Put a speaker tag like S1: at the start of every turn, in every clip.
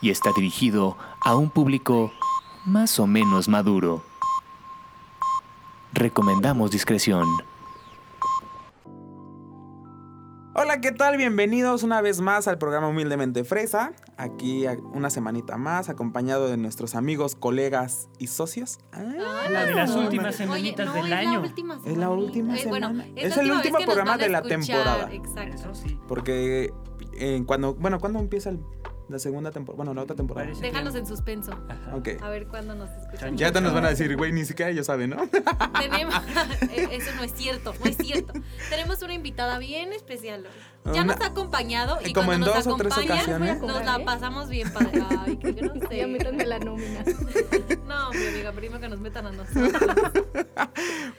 S1: y está dirigido a un público más o menos maduro. Recomendamos discreción.
S2: Hola, ¿qué tal? Bienvenidos una vez más al programa Humildemente Fresa. Aquí a- una semanita más, acompañado de nuestros amigos, colegas y socios. Ah,
S3: La de las últimas
S4: Oye,
S3: semanitas
S4: no,
S3: del
S4: es la
S3: año.
S4: última
S2: Es la última
S4: semanita. Eh,
S2: semana.
S4: es,
S2: Es
S4: la
S2: el
S4: última
S2: último
S4: vez que nos
S2: programa
S4: van a
S2: de la
S4: escuchar,
S2: temporada.
S4: Exacto.
S3: Eso sí.
S2: Porque eh, cuando, bueno, ¿cuándo empieza el- la segunda temporada? Bueno, la otra temporada.
S3: Parece
S4: Déjanos
S3: que-
S4: en suspenso.
S3: Ajá. Ah,
S2: Ok.
S4: A ver cuándo nos escuchan.
S2: Ya te nos van a decir, güey, ni siquiera ellos saben, ¿no?
S4: Tenemos, Eh, eso no es cierto, no es cierto. Tenemos una invitada bien especial. hoy. Ya
S2: Una- eh,
S4: nos ha acompañado y
S2: Como en
S4: cuando
S2: dos
S4: nos
S2: o tres
S4: acompaña,
S2: ocasiones.
S4: nos la pasamos bien padre. Ay, qué
S5: Ya métanme
S4: grosero.
S5: la nómina.
S4: No, mi amiga, primo que nos metan a nosotros.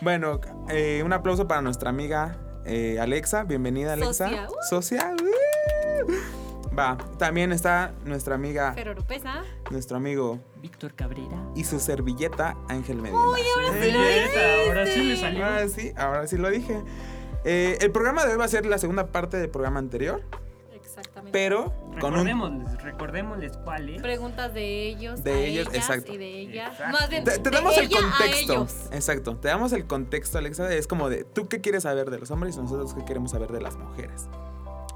S2: Bueno, eh, un aplauso para nuestra amiga eh, Alexa. Bienvenida, Alexa.
S4: Socia.
S2: Socia.
S4: Uh.
S2: uh. Va, también está nuestra amiga,
S4: Pero Oropesa.
S2: nuestro amigo
S3: Víctor Cabrera.
S2: y su servilleta, Ángel Medina.
S3: Sí, neta, ahora sí le salió.
S2: Ahora sí, ahora sí lo dije. Eh, el programa de hoy va a ser la segunda parte del programa anterior,
S4: Exactamente.
S2: pero con un...
S3: Recordémosles, recordémosles cuál es.
S4: Preguntas de ellos,
S2: De
S4: a
S2: ellos,
S4: ellas
S2: exacto.
S4: y de ellas.
S3: Exacto.
S4: Más bien,
S2: Te, te
S4: de
S2: damos el
S4: ella a
S2: contexto.
S4: ellos.
S2: Exacto, te damos el contexto, Alexa. Es como de, ¿tú qué quieres saber de los hombres y nosotros qué queremos saber de las mujeres?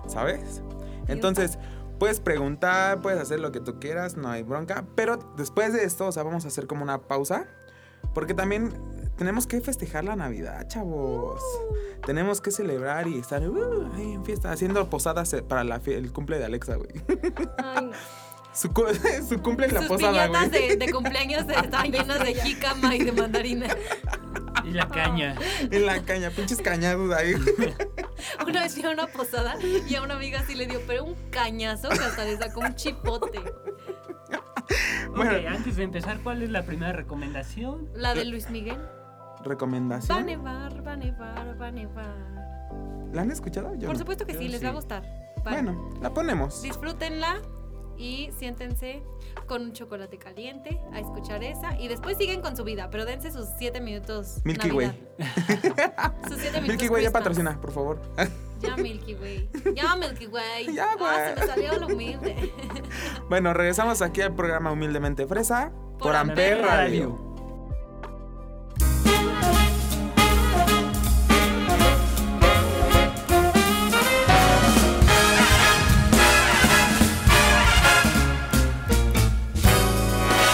S2: ¿Sabes? Entonces, puedes preguntar, puedes hacer lo que tú quieras, no hay bronca. Pero después de esto, o sea, vamos a hacer como una pausa. Porque también tenemos que festejar la Navidad, chavos.
S4: Uh.
S2: Tenemos que celebrar y estar uh, ahí en fiesta, haciendo posadas eh, para la fie- el cumple de Alexa, güey.
S5: Ay, no.
S2: Su, cu- su cumple es la
S4: Sus
S2: posada, güey.
S4: piñatas de, de cumpleaños están llenas de jícama y de mandarina.
S3: Y la caña.
S2: En la caña, pinches cañados ahí.
S4: Una vez fui a una posada y a una amiga así le dio, pero un cañazo que hasta le sacó un chipote.
S2: Bueno.
S3: Ok, antes de empezar, ¿cuál es la primera recomendación?
S4: La de Luis Miguel.
S2: ¿Ah,
S4: Va a
S2: Recomendación.
S4: nevar, va a nevar, va a nevar.
S2: ¿La han escuchado? Yo
S4: Por
S2: no.
S4: supuesto que
S3: yo
S4: sí, les
S3: sí.
S4: va a gustar. Va.
S2: Bueno, la ponemos.
S4: Disfrútenla y siéntense con un chocolate caliente a escuchar esa. Y después siguen con su vida, pero dense sus siete minutos.
S2: Milky
S4: Navidad. sus siete minutos.
S2: Milky Way ya
S4: Christmas.
S2: patrocina, por favor.
S4: Ya Milky Way. Ya Milky Way.
S2: Ya, güey.
S4: Ah, se me salió lo humilde.
S2: Bueno, regresamos aquí al programa Humildemente Fresa por,
S4: Por
S2: Amper
S4: Amper
S2: Radio.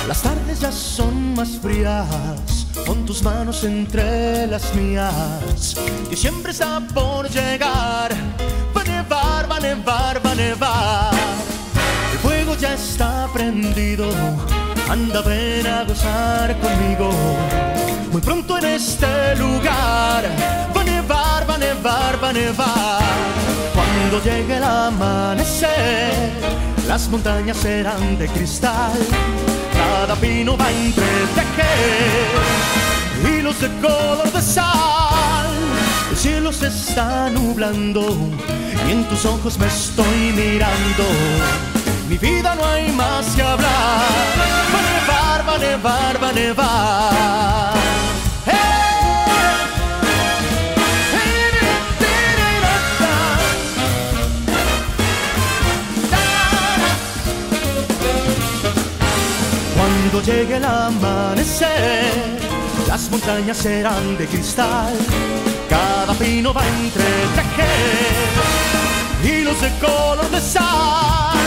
S6: Las tardes ya son más frías, con tus manos entre las mías. Y siempre está por llegar, va a nevar, va a nevar, va a nevar. El fuego ya está prendido, anda ven a gozar conmigo. Muy pronto en este lugar, va a nevar, va a nevar, va a nevar. Cuando llegue el amanecer, las montañas serán de cristal. Cada pino va a entretejer hilos de color de sal. El cielo se está nublando y en tus ojos me estoy mirando. Mi vida no hay más que hablar. Va a nevar, va a nevar, va a nevar. ¡Eh! Cuando llegue el amanecer, las montañas serán de cristal. Cada pino va a entretejer hilos de color de sal.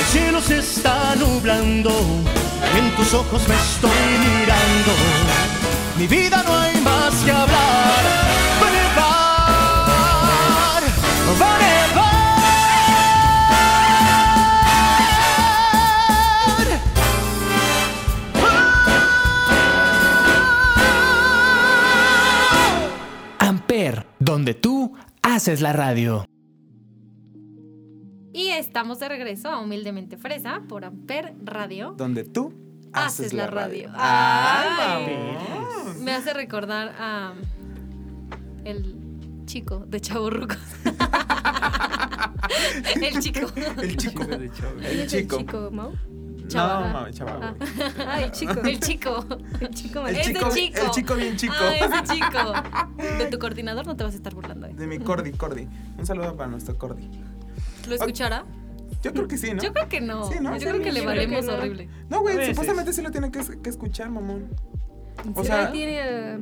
S6: El cielo se está nublando, en tus ojos me estoy mirando. Mi vida no hay más que hablar. Va a nevar, va a nevar.
S1: Amper, donde tú haces la radio.
S4: Y estamos de regreso a Humildemente Fresa por Amper Radio.
S2: Donde tú
S4: Haces la radio.
S2: Ah. Ay,
S4: Ay.
S2: vamos.
S4: Me hace recordar a el chico de Chaburrucos. el chico.
S2: El chico.
S3: de Chavo.
S2: El
S4: Este
S5: ¿Tienes
S2: chico.
S5: el chico, Mau?
S4: Chava.
S2: No, mami, chaval. güey.
S5: Ah, el chico.
S4: El chico.
S5: El chico
S2: El
S4: Ese
S2: chico,
S4: este chico.
S2: el chico bien chico.
S4: Ah, ese chico. De tu coordinador no te vas a estar burlando. ¿eh?
S2: De mi Cordy, Cordy. Un saludo para nuestro Cordy.
S4: ¿Lo escuchará?
S2: Yo creo que sí, ¿no?
S4: Yo creo que no.
S2: Sí, ¿no?
S4: Yo creo que le
S5: Yo creo
S4: valemos
S5: que no.
S4: horrible.
S2: No,
S3: A
S2: güey,
S3: veces.
S2: supuestamente sí lo tiene que, que escuchar, mamón. O
S5: Sí,
S2: sea-
S5: ahí tiene eh,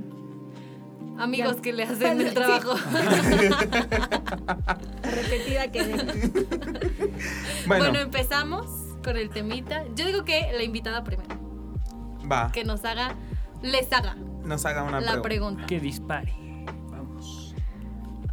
S4: Amigos
S5: Ya.
S4: que le hacen
S5: Sí.
S4: el trabajo.
S5: repetida que
S2: Bueno,
S4: Bueno, empezamos con el temita. Yo digo que la invitada primero.
S2: va,
S4: Que nos haga, les haga
S2: nos haga una pregunta.
S4: la pregunta.
S3: Que dispare. Vamos.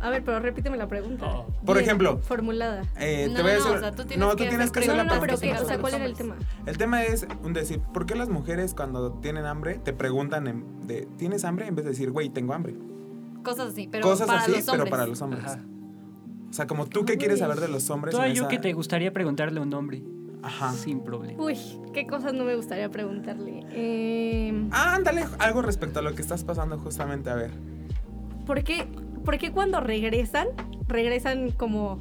S5: A ver, pero repíteme la pregunta.
S3: Oh.
S2: Por
S5: Bien
S2: ejemplo.
S5: formulada.
S2: Eh,
S4: No,
S2: te voy a
S4: no,
S2: hacer-
S4: o sea, tú tienes
S2: no,
S4: que hacer
S2: hacer
S5: No,
S2: la
S5: no,
S4: pregunta
S5: no, pero
S4: que
S5: ¿qué?
S2: pregunta.
S5: O sea, ¿cuál era el
S4: sobre
S5: tema?
S2: El tema es un decir, ¿por qué las mujeres cuando tienen hambre te preguntan en- de, ¿tienes hambre? En vez de decir, güey, tengo hambre.
S4: Cosas así, pero
S2: Cosas
S4: para
S2: así,
S4: los hombres.
S2: pero para los hombres.
S3: Ajá.
S2: O sea, como tú, ¿qué quieres saber de los hombres?
S3: Tú
S2: en
S3: hay yo
S2: esa-
S3: que te gustaría preguntarle un nombre.
S2: Ajá.
S3: Sin problema.
S5: Uy, qué cosas no me gustaría preguntarle. Eh,
S2: Ah, ándale, algo respecto a lo que estás pasando justamente, a ver.
S5: ¿por, qué, por qué cuando regresan, regresan como...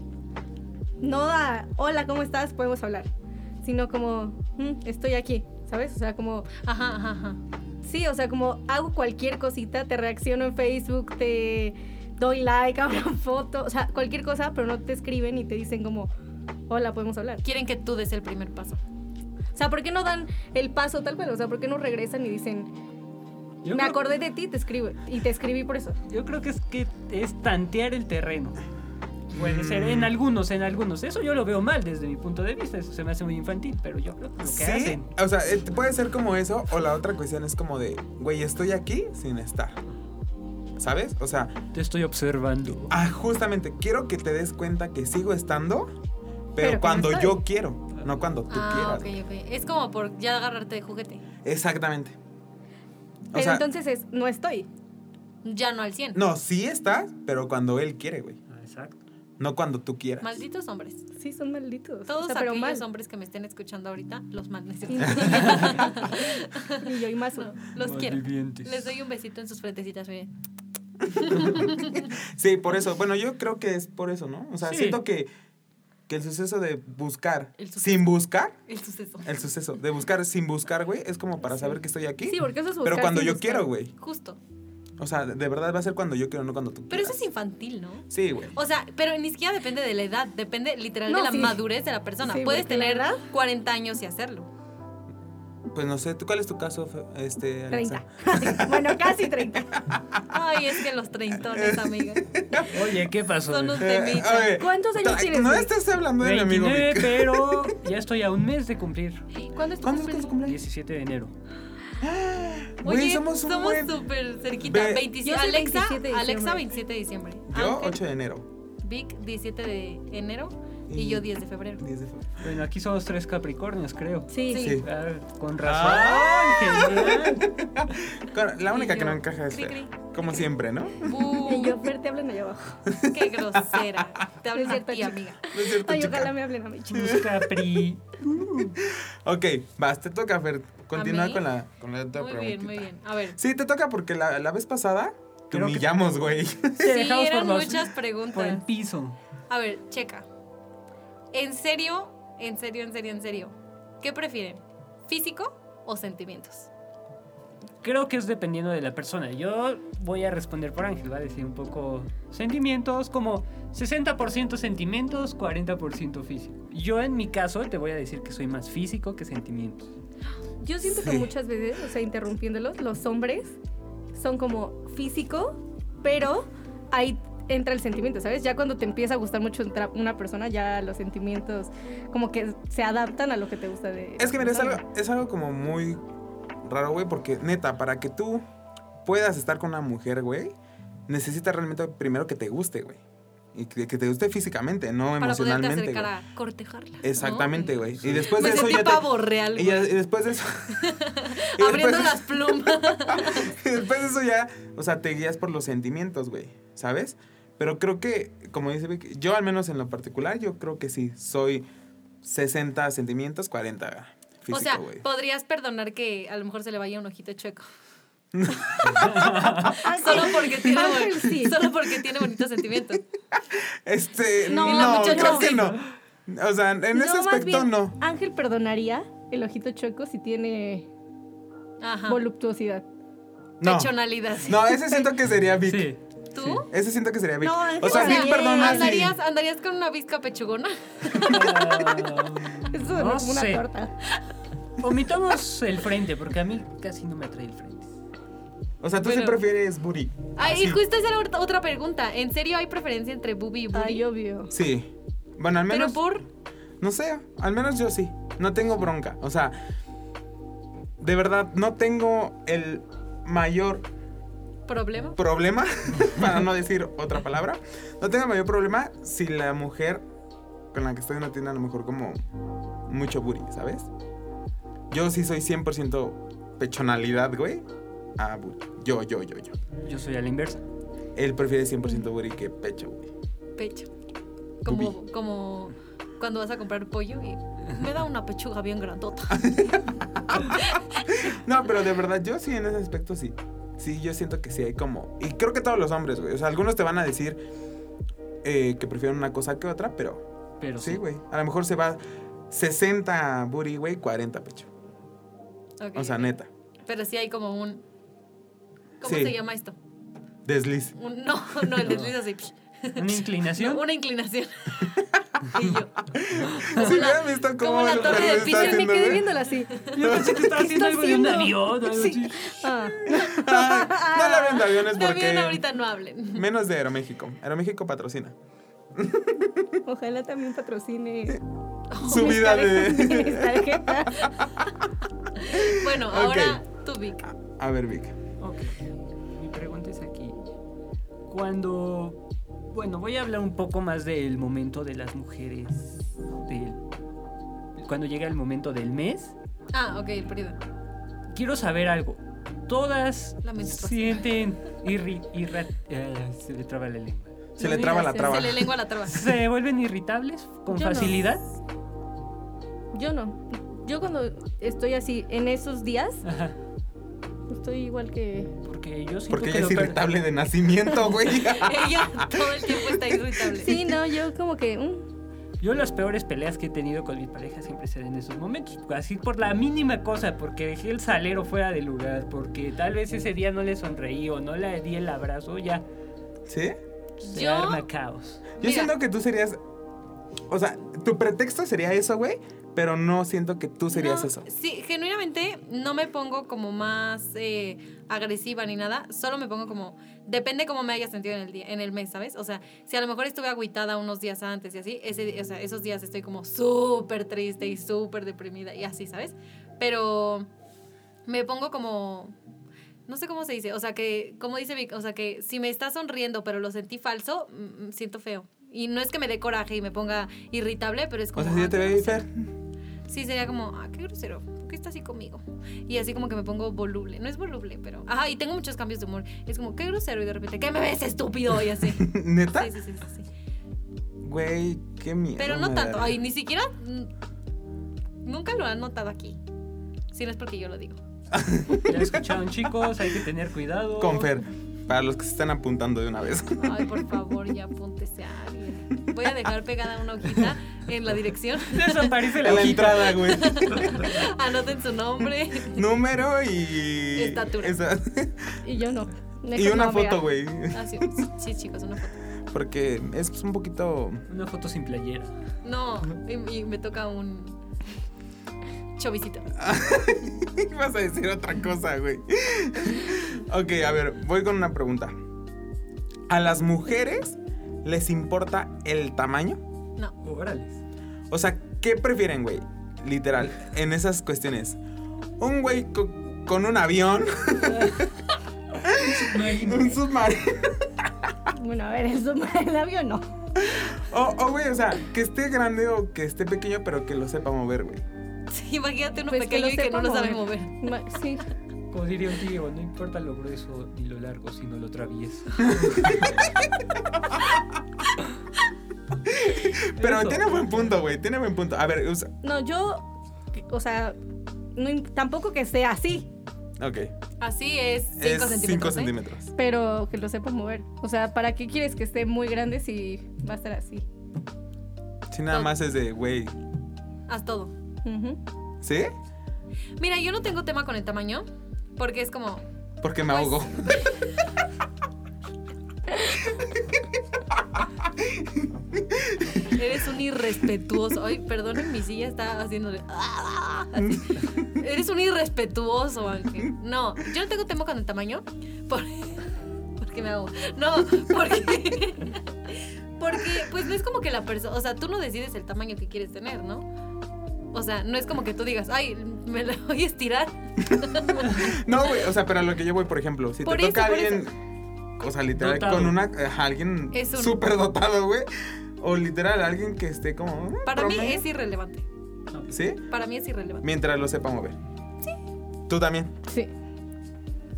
S5: No a, hola, ¿cómo estás? Podemos hablar. Sino como, "Mm, estoy aquí, ¿sabes? O sea, como,
S4: Ajá, ajá, ajá.
S5: sí, o sea, como hago cualquier cosita, te reacciono en Facebook, te doy like a una foto, o sea, cualquier cosa, pero no te escriben y te dicen como, hola, podemos hablar.
S4: Quieren que tú des el primer paso.
S5: O sea, ¿por qué no dan el paso tal cual? O sea, ¿por qué no regresan y dicen,
S3: Yo
S5: me
S3: creo-
S5: acordé de ti te escribo, y te escribí por eso?
S3: Yo creo que es que es tantear el terreno. Puede ser
S2: Mm.
S3: en algunos, en algunos. Eso yo lo veo mal desde mi punto de vista. Eso se me hace muy infantil, pero yo creo que lo que
S2: Sí,
S3: hacen.
S2: o sea, eh, puede ser como eso, o la otra cuestión es como de, güey, estoy aquí sin estar. ¿Sabes? O sea,
S3: Te estoy observando.
S2: ah, justamente quiero que te des cuenta que sigo estando, pero,
S5: Pero como
S2: cuando
S5: estoy.
S2: yo quiero, no cuando tú
S4: Ah,
S2: quieras.
S4: ok, ok. Es como por ya agarrarte de juguete.
S2: Exactamente. O
S5: Pero
S2: sea,
S5: entonces es, no estoy.
S4: Ya no al 100.
S2: no, sí estás, pero cuando él quiere, güey.
S3: Ah, Exacto.
S2: No cuando tú quieras.
S4: Malditos hombres.
S5: Sí, son malditos.
S4: Todos
S5: o sea, pero
S4: aquellos
S5: mal.
S4: hombres que me estén escuchando ahorita, los mando.
S5: Y yo y más.
S4: No, los quiero.
S3: Malvivientes.
S4: Les doy un besito en sus frentecitas, miren.
S2: Sí, por eso. Bueno, yo creo que es por eso, ¿no? O sea,
S3: Sí.
S2: siento que, que el suceso de buscar
S4: El suceso.
S2: sin buscar,
S4: El suceso.
S2: el suceso de buscar sin buscar, güey, es como para saber que estoy aquí.
S5: Sí, porque eso es buscar
S2: pero cuando
S5: sin
S2: yo
S5: buscar.
S2: quiero, güey.
S4: Justo.
S2: O sea, de de verdad va a ser cuando yo quiero, no cuando tú
S4: Pero eso
S2: quieras.
S4: es infantil, ¿no?
S2: Sí, güey.
S4: O sea, pero ni siquiera depende de la edad, depende literal
S5: No,
S4: de la
S5: sí.
S4: madurez de la persona.
S5: Sí,
S4: Puedes
S5: porque la
S4: tener
S5: edad-
S4: 40 años y hacerlo.
S2: Pues no sé, ¿tú cuál es tu caso, Fe- este, Alexa?
S5: 30. bueno, casi 30.
S4: Ay, es que los treintones, amiga,
S3: Oye, ¿qué pasó?
S4: son un
S2: Eh, a
S4: temita.
S2: ver,
S5: ¿Cuántos años
S2: ta-
S5: tienes,
S2: No
S5: güey?
S2: estás hablando de mi amigo
S3: 29,
S2: Vic.
S3: pero ya estoy a un mes de cumplir.
S5: ¿Cuándo es tu
S2: ¿Cuándo es que
S5: cumpleaños?
S2: tu cumpleaños?
S3: 17 de enero.
S2: Güey,
S4: Oye,
S2: somos
S4: somos
S2: un buen...
S4: súper cerquita.
S2: Ve-
S4: 27
S5: Yo soy
S4: Alexa,
S5: 27 de
S4: Alexa,
S5: diciembre.
S4: 27 de diciembre.
S2: Yo,
S4: Ángel,
S2: 8 de enero.
S4: Vic, 17 de enero. Y,
S2: Y-
S4: yo, 10 de febrero.
S2: 10 de febrero.
S3: Bueno, aquí somos tres Capricornios, creo.
S5: Sí.
S4: Sí.
S2: Sí.
S3: Ah, con razón. genial.
S2: Claro, La única
S4: Y
S2: que no
S4: yo,
S2: encaja es
S4: cri,
S2: Fer,
S4: cri,
S2: Como siempre, ¿no? No
S4: Bu,
S5: Y yo, Fer, te hablan allá abajo.
S4: qué grosera. Te hablo
S5: Es
S4: de
S5: cierto,
S4: ti,
S5: chica.
S4: amiga.
S2: es cierto,
S5: Ay,
S2: chica.
S5: ojalá me hablen a mí, chicos.
S3: Los Capri.
S2: Ok, vas, te toca, Fer. Continúa
S4: mí?
S2: con la, con la otra
S4: Muy
S2: preguntita.
S4: bien, muy bien. A ver.
S2: Sí, te toca porque la, la vez pasada te
S3: Creo que-
S2: humillamos, güey.
S3: Te
S4: Sí,
S3: dejamos
S4: eran
S3: por los-
S4: muchas
S3: Por el
S4: preguntas.
S3: piso.
S4: A ver, checa. En serio, en serio, en serio, en serio. ¿Qué prefieren? ¿Físico o sentimientos?
S3: Creo que es dependiendo de la persona. Yo voy a responder por Ángel, va a decir un poco sentimientos, como 60% sentimientos, 40% físico. Yo en mi caso te voy a decir que soy más físico que sentimientos.
S5: Yo siento
S2: Sí.
S5: que muchas veces, o sea, interrumpiéndolos, los hombres son como físico, pero ahí entra el sentimiento, ¿sabes? Ya cuando te empieza a gustar mucho entra- una persona, ya los sentimientos como que se adaptan a lo que te gusta de...
S2: Es que mira, es
S5: persona.
S2: algo, es algo como muy raro, güey, porque neta, para que tú puedas estar con una mujer, güey, necesitas realmente primero que te guste, güey. Y que, que te guste físicamente, no
S4: Para poderte
S2: emocionalmente.
S4: acercar
S2: güey.
S4: a cortejarla.
S2: Exactamente,
S4: ¿no?
S2: güey. Y después
S4: Me
S2: de eso
S4: sentí
S2: ya te-
S4: pavo real,
S2: y
S4: güey.
S2: ya- y después de eso. y
S4: Abriendo
S2: después-
S4: las plumas.
S2: Y después de eso ya, o sea, te guías por los sentimientos, güey, ¿sabes? Pero creo que, como dice Vicky, yo al menos en lo particular, yo creo que sí, soy 60 sentimientos, 40 físico.
S4: o sea,
S2: físico, güey.
S4: podrías perdonar que a lo mejor se le vaya un ojito chueco. solo, porque tiene,
S5: Ángel,
S4: bon-
S5: sí.
S4: solo porque tiene bonitos sentimientos.
S2: Este,
S5: No,
S2: no,
S5: la muchacha
S2: creo
S5: sí.
S2: que no. O sea, en ese
S5: más
S2: aspecto
S5: bien,
S2: no.
S5: Ángel perdonaría el ojito chueco si tiene
S4: Ajá.
S5: voluptuosidad.
S2: No.
S4: Pechonalidad. sí.
S2: No, ese siento que sería Vic.
S3: Sí.
S4: ¿Tú?
S2: Ese siento que sería Vic.
S5: No,
S2: o sea,
S5: ese
S2: Vic
S5: sí.
S2: perdona si.
S4: ¿Andarías, ¿Andarías con una visca pechugona?
S3: Ah,
S5: Eso
S3: No
S5: es una
S3: sé.
S5: torta.
S3: Omitamos el frente, porque a mí casi no me atrae el frente.
S2: O sea, tú sí
S4: Bueno.
S2: prefieres Buri.
S4: Ay, y justo esa era ot- otra pregunta. ¿En serio hay preferencia entre bubi y booty?
S5: Ay, obvio.
S2: Sí. Bueno, al
S4: Pero
S2: menos.
S4: por...
S2: No sé, al menos yo sí. No tengo bronca. O sea, de verdad, no tengo el mayor
S4: ¿Problema?
S2: problema, para no decir otra palabra. No tengo el mayor problema si la mujer con la que estoy no tiene a lo mejor como mucho booty, ¿sabes? Yo sí soy 100% pechonalidad, güey. Ah, booty. Yo, yo, yo, yo.
S3: Yo soy a la inversa.
S2: Él prefiere 100% booty que pecho, güey.
S4: Pecho. Como, como cuando vas a comprar pollo y me da una pechuga bien grandota.
S2: No, pero de verdad, yo sí en ese aspecto sí. Sí, yo siento que sí hay como. Y creo que todos los hombres, güey. O sea, algunos te van a decir eh, que prefieren una cosa que otra, pero
S3: Pero sí,
S2: sí, güey. A lo mejor se va 60 booty, güey, 40 pecho.
S4: Ok,
S2: O sea,
S4: ok.
S2: neta.
S4: Pero sí hay como un... ¿Cómo
S2: Sí.
S4: se llama esto?
S2: Desliz.
S4: Un- no, no, el desliz así. psh.
S3: una inclinación.
S4: No, una inclinación. y yo.
S2: Si hubieran visto cómo
S4: como la
S2: el
S4: torre
S2: perro
S4: de
S2: está
S4: Pisa.
S5: Sí, me
S2: haciendo, eh?
S5: quedé
S2: güey.
S5: viéndola así.
S3: Yo pensé que estaba haciendo
S5: está
S3: algo de un
S5: haciendo?
S3: avión o algo
S5: Sí.
S3: así.
S5: Ah,
S2: Ah, no le hablen de aviones
S4: De
S2: porque.
S4: avión ahorita no hablen.
S2: Menos de Aeroméxico. Aeroméxico patrocina.
S5: ojalá también patrocine
S2: Su vida
S5: mis
S2: de.
S5: tarjetas.
S4: Bueno,
S2: Ok.
S4: ahora tú, Vic.
S2: A ver, Vic.
S3: Ok. Mi pregunta es aquí. Cuando. Bueno, voy a hablar un poco más del momento de las mujeres. Del, cuando llega el momento del mes,
S4: Ah, ok, el periodo.
S3: quiero saber algo. Todas
S4: La menstruación.
S3: sienten irri, irra- eh, se le traba la lengua.
S2: Se le traba la
S5: Se
S2: traba.
S4: Se le lengua la traba.
S3: Se vuelven irritables con
S5: Yo no.
S3: facilidad.
S5: Yo no. Yo cuando estoy así en esos días,
S3: Ajá,
S5: estoy igual que
S3: porque yo siento
S2: Porque
S3: que
S2: ella es
S3: lo per-
S2: irritable de nacimiento, güey.
S4: Ella todo el tiempo está irritable.
S5: Sí, no, yo como que. mm,
S3: Yo las peores peleas que he tenido con mi pareja siempre serán en esos momentos. Así por la mínima cosa, porque dejé el salero fuera de lugar, porque tal vez ese día no le sonreí o no le di el abrazo, ya
S2: ¿Sí?
S3: se
S4: Yo-
S3: arma caos.
S2: Yo
S4: Mira.
S2: siento que tú serías. O sea, tu pretexto sería eso, güey. Pero no siento que tú serías
S4: No,
S2: eso.
S4: Sí, genuinamente no me pongo como más eh, agresiva ni nada, solo me pongo como, depende cómo me haya sentido en el día, en el mes, ¿sabes? O sea, si a lo mejor estuve agüitada unos días antes y así, ese, o sea, esos días estoy como súper triste y súper deprimida y así, ¿sabes? Pero me pongo como, no sé cómo se dice, o sea, que, como dice Vic, o sea, que si me está sonriendo pero lo sentí falso, mm, mm, siento feo. Y no es que me dé coraje y me ponga irritable, pero es
S2: O
S4: como...
S2: sea, si
S4: ah,
S2: yo te
S4: qué
S2: veo y
S4: grosero.
S2: Fer,
S4: Sí, sería como, ah, qué grosero, ¿por qué está así conmigo? Y así como que me pongo voluble. No es voluble, pero. Ajá, y tengo muchos cambios de humor. Es como, qué grosero, y de repente, ¿qué me ves, estúpido? Y así. Sí,
S2: ¿Neta?
S4: sí, sí, sí. sí.
S2: Güey, qué miedo.
S4: Pero no
S2: me
S4: tanto.
S2: daría.
S4: Ay, ni siquiera. mm, Nunca lo han notado aquí. Si no es porque yo lo digo.
S3: Ya escucharon chicos, hay que tener cuidado.
S2: Con Fer. Para los que se están apuntando de una vez.
S4: Ay, por favor, ya apúntese a alguien. Voy a dejar pegada una hojita en la dirección.
S3: Desaparece la
S2: En la
S3: hojita.
S2: entrada, güey.
S4: Anoten su nombre.
S2: Número y.
S4: Estatura.
S2: Esa-
S5: Y yo no.
S2: Y
S5: Mejor
S2: una
S5: no, amiga.
S2: foto, güey.
S4: Así, Ah, sí, chicos, una foto.
S2: Porque es pues, un poquito.
S3: Una foto sin playera.
S4: No, y, y me toca un. Chobicito.
S2: Ibas a decir otra cosa, güey. ok, a ver, voy con una pregunta. ¿A las mujeres les importa el tamaño?
S4: No.
S3: Órales.
S2: O sea, ¿qué prefieren, güey? Literal, en esas cuestiones. Un güey co- con un avión, un submarino.
S5: Bueno, a ver, eso el avión no.
S2: O, o, güey, o sea, que esté grande o que esté pequeño, pero que lo sepa mover, güey.
S4: Sí, imagínate uno
S5: Pues que
S4: pequeño
S5: lo
S4: y que no
S5: sepa
S4: lo sabe
S5: mover.
S4: mover.
S5: Ma- Sí.
S3: Como diría un tío, no importa lo grueso ni lo largo, sino lo travieso.
S2: Pero
S3: Eso.
S2: tiene buen punto, güey, tiene buen punto. A ver, o sea,
S5: No, yo. O sea, no im- tampoco que sea así,
S2: Ok.
S4: Así es 5
S2: Es
S4: centímetros.
S2: 5
S4: ¿eh?
S2: centímetros.
S5: pero que lo sepa mover. O sea, ¿para qué quieres que esté muy grande si va a estar así?
S2: Si nada más es de, güey.
S4: Haz todo.
S5: Ujú.
S2: ¿Sí?
S4: Mira, yo no tengo tema con el tamaño, porque es como,
S2: Porque me
S4: Pues-
S2: ahogo.
S4: eres un irrespetuoso. Ay, perdón, mi silla está haciéndole. así. eres un irrespetuoso, Ángel. No, yo no tengo tema con el tamaño, por- porque me hago. No, porque. Porque, pues no es como que la persona. O sea, tú no decides el tamaño que quieres tener, ¿no? O sea, no es como que tú digas, ay, me la voy a estirar.
S2: No, güey. O sea, pero a lo que yo voy, por ejemplo, si
S4: Por
S2: te
S4: eso,
S2: toca
S4: por
S2: alguien. O sea, literal,
S3: Dotado.
S2: con una. ajá, alguien
S4: Es un-
S2: súper dotado, güey. O literal, alguien que esté como. mm,
S4: Para mí
S2: promedio.
S4: es irrelevante.
S2: ¿Sí?
S4: Para mí es irrelevante.
S2: Mientras lo sepa mover. Sí. Tú también.
S5: Sí.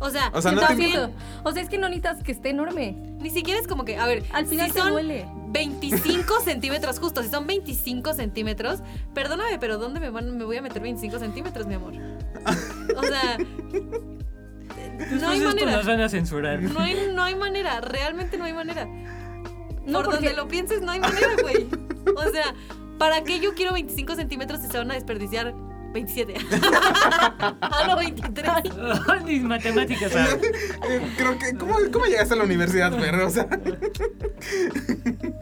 S4: O sea,
S2: O sea, no te-
S4: también,
S5: Exacto. O sea, es que no necesitas que esté enorme.
S4: ni siquiera es como que, a ver,
S5: Al final
S4: si
S5: te
S4: son
S5: duele.
S4: 25 centímetros, justo, si son 25 centímetros, perdóname, pero ¿dónde me, van- me voy a meter 25 centímetros, mi amor? O sea, no hay
S3: Entonces pues, esto
S4: manera.
S3: nos van a censurar.
S4: No hay, no hay manera, realmente no hay manera.
S5: No,
S4: Por
S5: porque-
S4: donde lo pienses, no hay manera, güey. O sea, ¿para qué yo quiero 25 centímetros si se van a desperdiciar 27? ah, no, 23.
S3: Mis matemáticas, ¿sabes?
S2: Eh, Creo que. ¿cómo, ¿Cómo llegaste a la universidad, perro? O sea.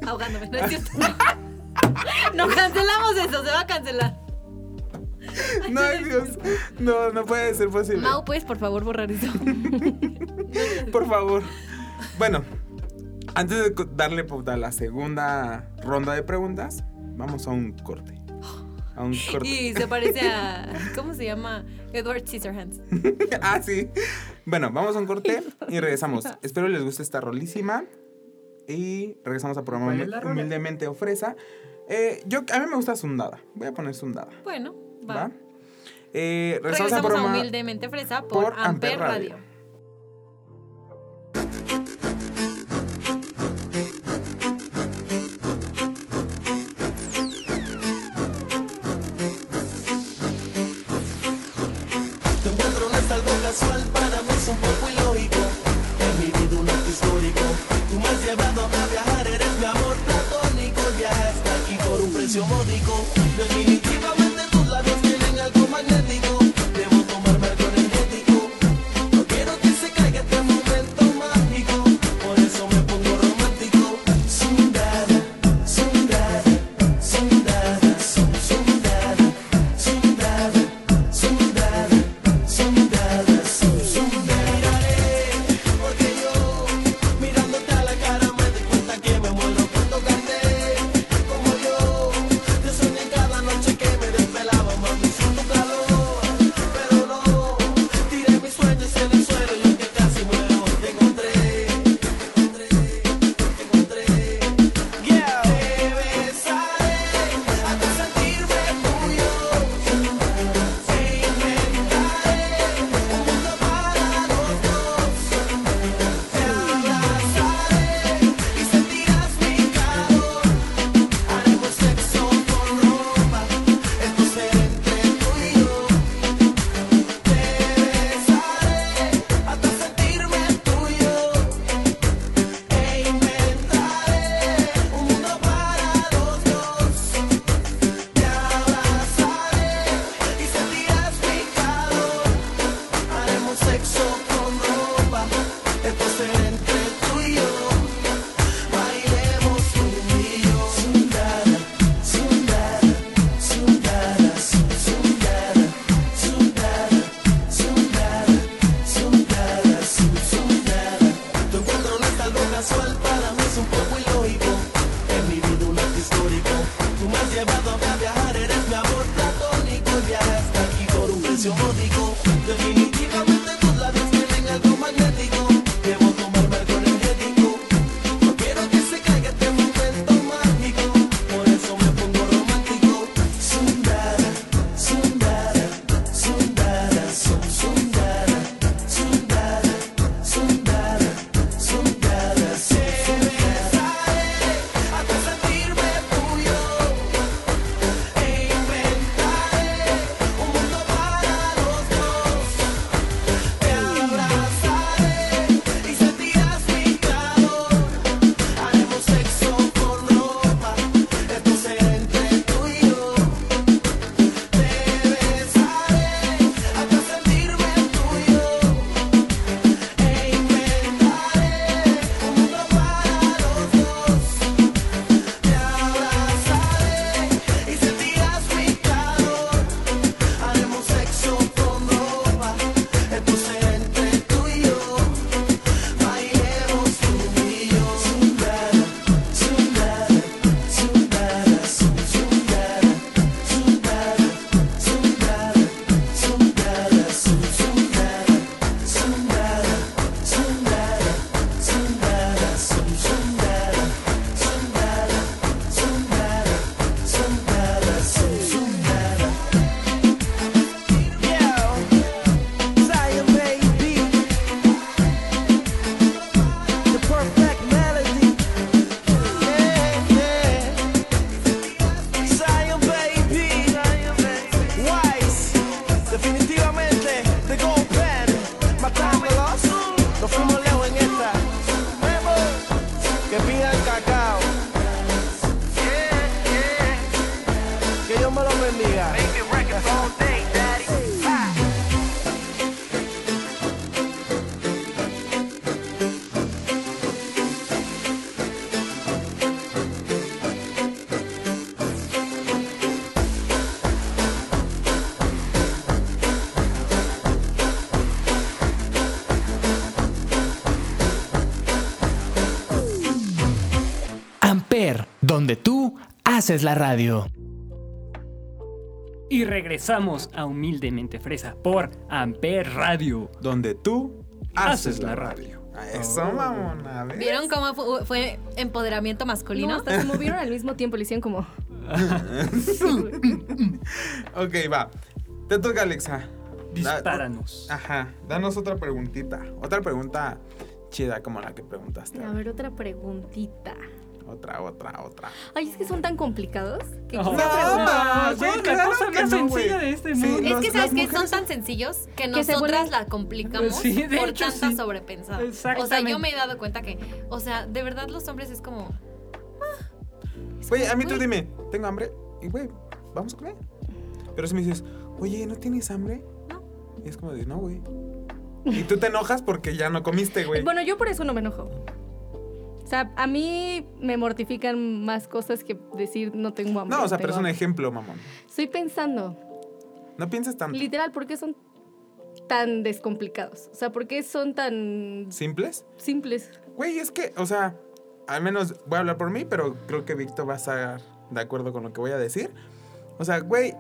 S4: Ahogándome, no es cierto. No cancelamos eso, se va a cancelar.
S2: No, ay, Dios. No, no puede ser posible.
S4: Mau, ¿puedes por favor borrar eso?
S2: Por favor. Bueno, antes de co- darle pauta a la segunda ronda de preguntas, vamos a un corte. A un corte.
S4: Y se parece a. ¿Cómo se llama? Edward Scissorhands.
S2: ah, sí. Bueno, vamos a un corte y regresamos. Espero les guste esta rolísima. Y regresamos a programa
S3: ¿Cuál es la rola?
S2: Humildemente Ofreza. Eh, yo, a mí me gusta Sundada. Voy a poner Sundada.
S4: Bueno, va.
S2: ¿Va? Eh, regresamos,
S4: Regresamos a,
S2: programa-
S4: Humildemente Fresa por,
S2: por
S4: Amper
S2: Amper
S4: Radio.
S2: Radio.
S7: Te encuentro es algo casual, para mí es un poco ilógico. En mi vida un acto histórico. Tú me has llevado a viajar, eres mi amor platónico. Viaja hasta aquí por un precio módico. Definitivamente tus labios tienen algo magnético. Debo tomarme algo energético. No quiero que se caiga este momento mágico. Por eso me pongo romántico. Sundada, sundada, sundada, sun- sundada, sundada, sundada, sundada, sun- sundada. Porque yo, mirándote a la cara, me di cuenta que me muero por tocarte. Como yo, te soñé cada noche que me desvelaba, mami, sin tu calor. Pero no, tiré mis sueños en el suelo y aunque casi muero, te encontré. Te encontré, te encontré. Te besaré hasta sentirme tuyo. E inventaré un mundo para los dos Te abrazaré y sentirás mi calor Haremos sexo con ropa, esto será entre tú y yo Te besaré hasta sentirme tuyo E inventaré un mundo para los dos te abrazaré y sentirás mi calor. Haremos sexo con ropa, esto será entre tú y yo. Bailemos un millón. Sundada, sundada, sundada, sun- sundada, sundada, sundada, sundada, sun- sundada. Tu encuentro no es algo casual, para mí es un poco ilógico. En mi vida un acto histórico. Tú me has llevado a viajar, eres mi amor platónico. Y viaja hasta aquí por un precio módico. Definitivamente tus labios tienen algo magnético. Debo tomarme algo energético. No quiero que se caiga este momento mágico. Por eso me pongo romántico. Sundada, sundada, sundada, sun- sundada, sundada, sundada, sundada, sundada. Hasta sentirme tuyo E inventaré un mundo para
S1: donde tú haces la radio.
S3: Y regresamos a Humildemente Fresa por Amper Radio.
S2: Donde tú haces, la radio. A Eso,
S3: Oh.
S2: mamona. ¿ves?
S4: ¿Vieron cómo fu- fue empoderamiento masculino?
S5: No, hasta se movieron al mismo tiempo, le hicieron como...
S2: Ok, va. Te toca, Alexa.
S3: Dispáranos.
S2: Da- Ajá. Danos otra preguntita. Otra pregunta chida como la que preguntaste.
S5: A ver, otra preguntita.
S2: Otra, otra, otra.
S5: Ay, es que son tan complicados. Que
S3: No,
S5: quizá-
S2: ma,
S3: güey,
S2: no,
S3: la
S2: claro
S3: cosa
S2: que
S3: más
S2: no,
S3: sencilla
S2: güey.
S3: de este
S2: Sí,
S3: mundo.
S4: Es
S2: los-
S4: que sabes
S2: las
S4: que son
S2: mujeres-
S4: tan sencillos que
S5: Que se
S4: nosotras
S5: vuelven-
S4: la complicamos
S3: Sí, de
S4: por
S3: hecho,
S4: tanta
S3: sí.
S4: sobrepensada. O sea,
S3: Exactamente.
S4: yo me he dado cuenta que, o sea, de verdad los hombres es como,
S2: Güey, a mí tú
S4: Güey.
S2: dime, tengo hambre. Y güey, vamos a comer. Pero si me dices, oye, ¿no tienes hambre?
S4: No.
S2: Y es como de, no, güey. Y tú te enojas porque ya no comiste, güey.
S5: Bueno, yo por eso no me enojo. O sea, a mí me mortifican más cosas que decir no tengo hambre.
S2: no, o sea,
S5: tengo
S2: pero es un
S5: hambre.
S2: ejemplo, mamón.
S5: Estoy pensando,
S2: No pienses tanto.
S5: literal, ¿por qué son tan descomplicados? O sea, ¿por qué son tan
S2: ¿Simples?
S5: simples?
S2: Güey, es que, o sea, al menos voy a hablar por mí, pero creo que Víctor va a estar de acuerdo con lo que voy a decir. O sea, güey,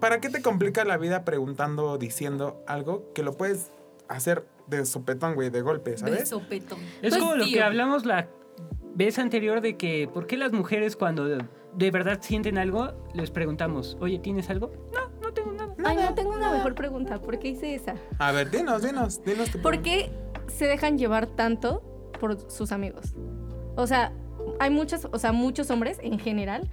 S2: ¿para qué te complica la vida preguntando o diciendo algo que lo puedes hacer de sopetón, güey, de golpe, ¿sabes?
S4: beso petón.
S3: Es
S4: Pues,
S3: como lo que
S4: tío.
S3: hablamos la vez anterior de que por qué las mujeres cuando de, de verdad sienten algo les preguntamos, oye, ¿tienes algo? No, no tengo nada.
S5: Ay, no tengo una mejor pregunta. ¿Por qué hice esa?
S2: A ver, dinos, dinos, dinos tu
S5: ¿Por
S2: pregunta.
S5: qué se dejan llevar tanto por sus amigos? O sea, hay muchas, o sea, muchos hombres en general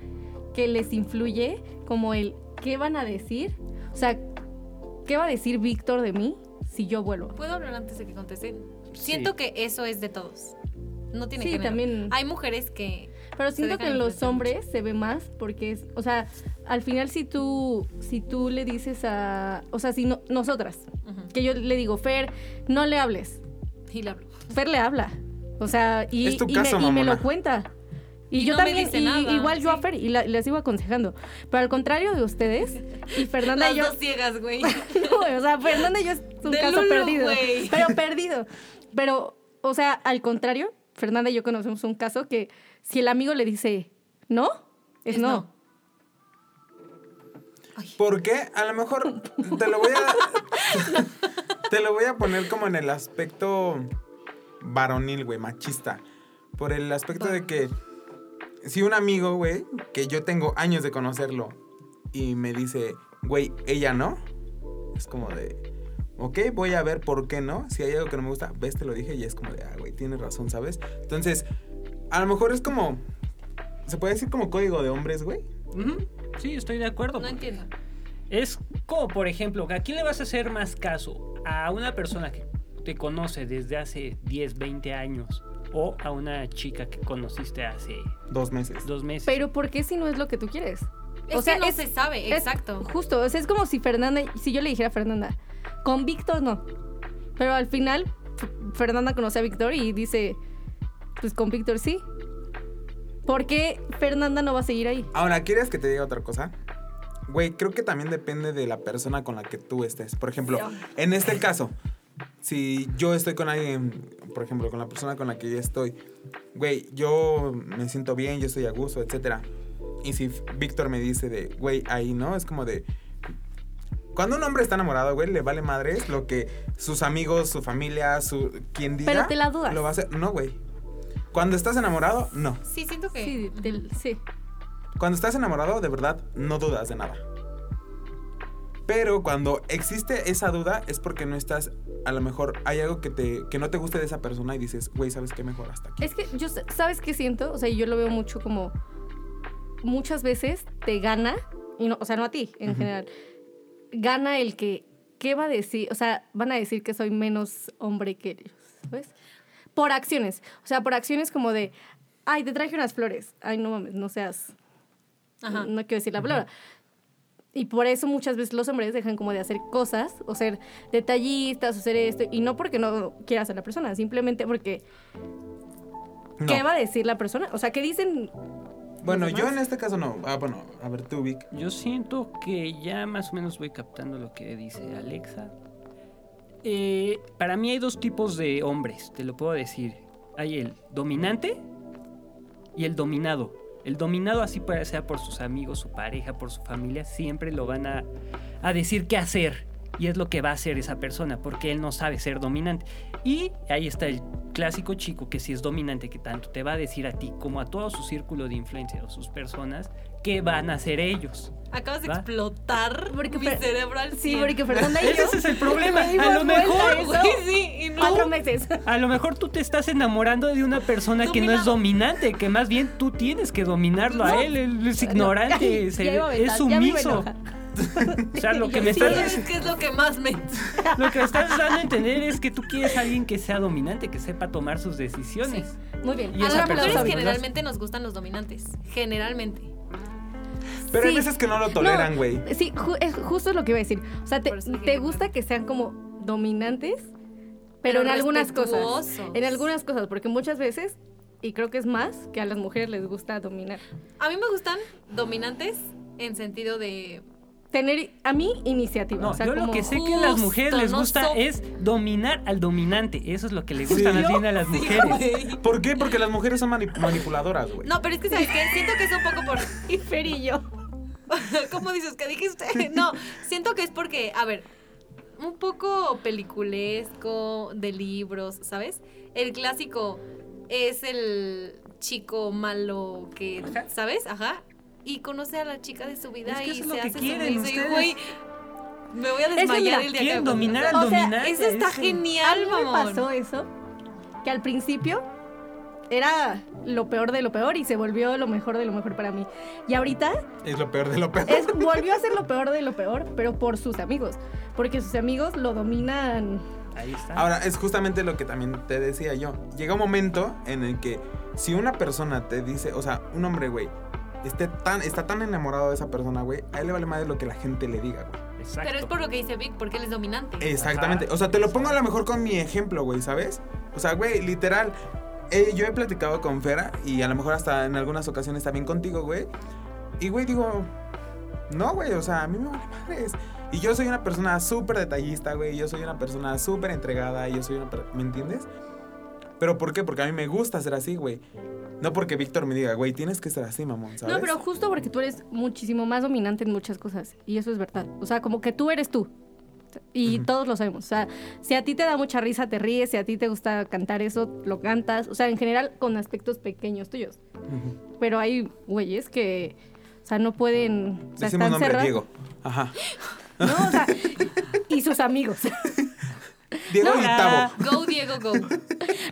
S5: que les influye como el qué van a decir, o sea, qué va a decir Víctor de mí si yo vuelvo.
S4: ¿Puedo hablar antes de que contesten? Siento que eso es de todos. No tiene
S5: Sí,
S4: género.
S5: también.
S4: Hay mujeres que
S5: Pero
S4: se
S5: siento que
S4: dejan
S5: en los
S4: influenciar
S5: hombres se ve más porque es, o sea, al final si tú si tú le dices a, o sea, si no, nosotras,
S4: ujú,
S5: que yo le digo, "Fer, no le hables."
S4: y la hablo.
S5: Fer le habla. O sea, y,
S2: Es tu
S5: y
S2: caso,
S5: me, y me
S2: mamona.
S5: lo cuenta. Y,
S4: Y
S5: yo
S4: no me
S5: también,
S4: dice
S5: y-
S4: nada,
S5: igual yo a
S4: sí.
S5: Fer, y la- y la sigo aconsejando. Pero al contrario de ustedes, y Fernanda
S4: Las
S5: y yo.
S4: dos ciegas, güey.
S5: No, o sea, Fernanda y yo es un
S4: De
S5: caso
S4: Lulu,
S5: perdido.
S4: güey.
S5: Pero perdido. Pero, o sea, al contrario, Fernanda y yo conocemos un caso que si el amigo le dice no, es,
S4: Es
S5: no.
S4: no.
S2: ¿Por qué? A lo mejor te lo voy a. te lo voy a poner como en el aspecto varonil, güey, machista. Por el aspecto de que si un amigo, güey, que yo tengo años de conocerlo y me dice, güey, ella no, es como de. Ok, voy a ver por qué no. Si hay algo que no me gusta, ves, te lo dije y es como de, ah, güey, tienes razón, ¿sabes? Entonces, a lo mejor es como. ¿Se puede decir como código de hombres, güey?
S3: Ujú, Sí, estoy de acuerdo.
S4: No entiendo.
S3: Es como, por ejemplo, ¿a quién le vas a hacer más caso? ¿A una persona que te conoce desde hace 10, 20 años? ¿O a una chica que conociste hace
S2: Dos meses.
S3: dos meses?
S5: Pero ¿por qué si no es lo que tú quieres?
S4: Es que no se sabe,
S5: es
S4: exacto.
S5: Justo, o sea, es como si Fernanda, si yo le dijera a Fernanda, con Víctor no. Pero al final, F- Fernanda conoce a Víctor y dice, pues con Víctor sí. ¿Por qué Fernanda no va a seguir ahí?
S2: Ahora, ¿quieres que te diga otra cosa? Güey, creo que también depende de la persona con la que tú estés. Por ejemplo, en este caso, si yo estoy con alguien, por ejemplo, con la persona con la que yo estoy, güey, yo me siento bien, yo estoy a gusto, etc. Y si Víctor me dice de, güey, ahí no, es como de... Cuando un hombre está enamorado, güey, le vale madres lo que sus amigos, su familia, su quien diga.
S5: Pero te la dudas.
S2: Lo va a hacer. No, güey. Cuando estás enamorado, no.
S4: Sí, siento que.
S5: Sí, del- sí.
S2: Cuando estás enamorado, de verdad, no dudas de nada. Pero cuando existe esa duda es porque no estás, a lo mejor hay algo que, te, que no te guste de esa persona y dices, güey, ¿sabes qué? Mejor hasta aquí.
S5: Es que yo, s- ¿sabes qué siento? O sea, yo lo veo mucho como, muchas veces te gana, y no, o sea, no a ti en
S2: Ujú.
S5: general, gana el que, ¿qué va a decir? O sea, van a decir que soy menos hombre que ellos, ¿sabes? Por acciones, o sea, por acciones como de, ay, te traje unas flores, ay, no mames, no seas,
S4: Ajá.
S5: no quiero decir la palabra. Y por eso muchas veces los hombres dejan como de hacer cosas, o ser detallistas, o ser esto, y no porque no quieras a la persona, simplemente porque
S2: No.
S5: ¿Qué va a decir la persona? O sea, ¿qué dicen?
S2: Bueno,
S5: los
S2: yo
S5: demás?
S2: en este caso no. Ah, bueno, a ver tú, Vic.
S3: Yo siento que ya más o menos voy captando lo que dice Alexa. Eh, para mí hay dos tipos de hombres, te lo puedo decir. Hay el dominante y el dominado. El dominado, así puede- sea por sus amigos, su pareja, por su familia, siempre lo van a, a decir qué hacer. Y es lo que va a hacer esa persona, porque él no sabe ser dominante. Y ahí está el clásico chico que si es dominante, que tanto te va a decir a ti como a todo su círculo de influencia o sus personas, qué van a hacer ellos.
S4: Acabas de
S3: ¿Va?
S4: explotar
S5: Porque
S4: mi
S5: Fer-
S4: cerebro al
S5: Sí,
S4: 100.
S5: porque Fernanda y yo.
S3: Ese es el problema.
S5: le dimos
S3: A lo
S5: vuelta
S3: mejor,
S5: a eso
S4: Güey, sí, y no.
S5: Cuatro meses.
S3: A lo mejor tú te estás enamorando de una persona que no es
S4: Dominado.
S3: dominante, que más bien tú tienes que dominarlo
S5: No.
S3: a él. Él es ignorante,
S5: Ay,
S3: se-
S5: ya iba a
S3: es
S5: aventar, ya me iba a
S3: sumiso.
S5: enojar.
S3: O sea, lo que me
S4: Sí,
S3: estás,
S4: es que es lo que más me.
S3: lo que estás dando a entender es que tú quieres a alguien que sea dominante, que sepa tomar sus decisiones.
S5: Muy bien.
S3: Y
S4: A
S3: esa
S4: las
S5: Aplausos,
S3: persona-
S4: mujeres
S5: amigos.
S4: generalmente nos gustan los dominantes. Generalmente.
S2: Pero hay
S5: Sí.
S2: veces que no lo toleran,
S5: No,
S2: güey.
S5: Sí, ju- es- justo es lo que iba a decir. O sea, te,
S4: Por eso dije
S5: te
S4: que
S5: gusta
S4: no.
S5: que sean como dominantes, pero, en algunas cosas.
S4: respetuosos.
S5: En algunas cosas, porque muchas veces, y creo que es más, que a las mujeres les gusta dominar.
S4: A mí me gustan dominantes en sentido de.
S5: Tener, a mí, iniciativa.
S3: No,
S5: o sea,
S3: yo lo
S5: como-
S3: que sé que a las mujeres les
S4: Justo, no
S3: gusta
S4: so-
S3: es dominar al dominante. Eso es lo que le gusta más bien a las mujeres.
S4: güey.
S2: ¿Por qué? Porque las mujeres son mani- manipuladoras, güey.
S4: No, pero es que sabes que siento que es un poco por.
S5: Y Fer y yo.
S4: ¿Cómo dices que dijiste? No, siento que es porque, a ver, un poco peliculesco de libros, ¿sabes? El clásico es el chico malo que,
S3: Ajá.
S4: ¿sabes? Ajá. Y conoce a la chica de su vida
S3: Es que eso
S4: y
S3: es lo
S4: se
S3: que
S4: hace
S3: quieren
S4: su beso y,
S3: ustedes.
S4: güey, me voy a
S5: que mira,
S4: desmayar el día que
S3: quieren
S4: me
S3: dominar
S4: pase.
S3: al
S5: O sea,
S3: dominante.
S4: Eso está
S3: es-
S5: A mí
S4: genial,
S5: me
S4: mamón.
S5: pasó eso, que al principio era lo peor de lo peor y se volvió lo mejor de lo mejor para mí. Y ahorita
S2: Es lo peor de lo peor.
S5: es, volvió a ser lo peor de lo peor, pero por sus amigos. Porque sus amigos lo dominan.
S3: Ahí está.
S2: Ahora, es justamente lo que también te decía yo. Llega un momento en el que si una persona te dice, o sea, un hombre, güey, esté tan, está tan enamorado de esa persona, güey, a él le vale madre lo que la gente le diga, güey.
S3: Exacto.
S4: Pero es por lo que dice Vic, porque él es dominante.
S2: Exactamente.
S3: Ajá.
S2: O sea, te lo pongo a lo mejor con mi ejemplo, güey, ¿sabes? O sea, güey, literal. eh, yo he platicado con Fera y a lo mejor hasta en algunas ocasiones también contigo, güey. Y, güey, digo, no, güey, o sea, a mí me vale madres. Y yo soy una persona súper detallista, güey. Yo soy una persona súper entregada. Yo soy una. per- ¿Me entiendes? ¿Pero por qué? Porque a mí me gusta ser así, güey. No porque Víctor me diga, güey, tienes que ser así, mamón, ¿sabes?
S5: No, pero justo porque tú eres muchísimo más dominante en muchas cosas. Y eso es verdad. O sea, como que tú eres tú. Y
S2: Ujú.
S5: todos lo sabemos. O sea, si a ti te da mucha risa, te ríes. Si a ti te gusta cantar eso, lo cantas. O sea, en general con aspectos pequeños tuyos.
S2: Ujú.
S5: Pero hay güeyes que, o sea, no pueden. O sea,
S2: Decimos
S5: están
S2: nombre,
S5: cerrados.
S2: Diego. Ajá.
S5: No, o sea, y sus amigos.
S2: Diego
S5: No. Ah.
S2: y Tavo.
S4: Go, Diego, go.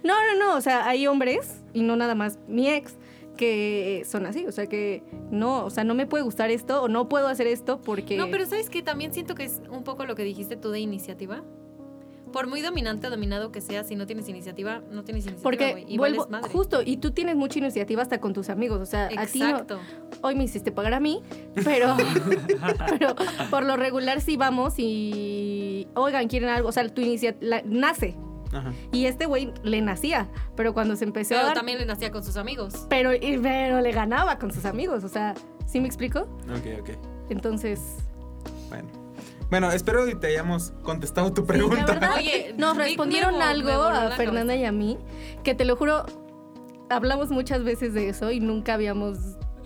S5: No, no, no. O sea, hay hombres, y no nada más mi ex, que son así. O sea, que no, o sea, no me puede gustar esto o no puedo hacer esto porque.
S4: No, pero ¿sabes qué? También siento que es un poco lo que dijiste tú de iniciativa. Por muy dominante o dominado que seas, si no tienes iniciativa, no tienes iniciativa,
S5: Porque
S4: güey, y
S5: vuelvo,
S4: vales madre.
S5: justo, y tú tienes mucha iniciativa hasta con tus amigos. O sea, a ti no-
S4: Exacto.
S5: hoy me hiciste pagar a mí, pero, pero por lo regular sí vamos y. Oigan, quieren algo. O sea, tu iniciativa nace.
S2: Ajá.
S5: Y este güey le nacía, pero cuando se empezó a
S4: Pero
S5: dar-
S4: también le nacía con sus amigos.
S5: pero, y- pero le ganaba con sus amigos, o sea, ¿sí me explico?
S2: Ok, ok.
S5: Entonces,
S2: Bueno. Bueno, espero y te hayamos contestado tu pregunta.
S5: la verdad
S4: Oye,
S5: nos
S4: Vic
S5: respondieron
S4: me vo-
S5: algo
S4: me voló
S5: a
S4: la
S5: Fernanda y a mí, que te lo juro, hablamos muchas veces de eso y nunca habíamos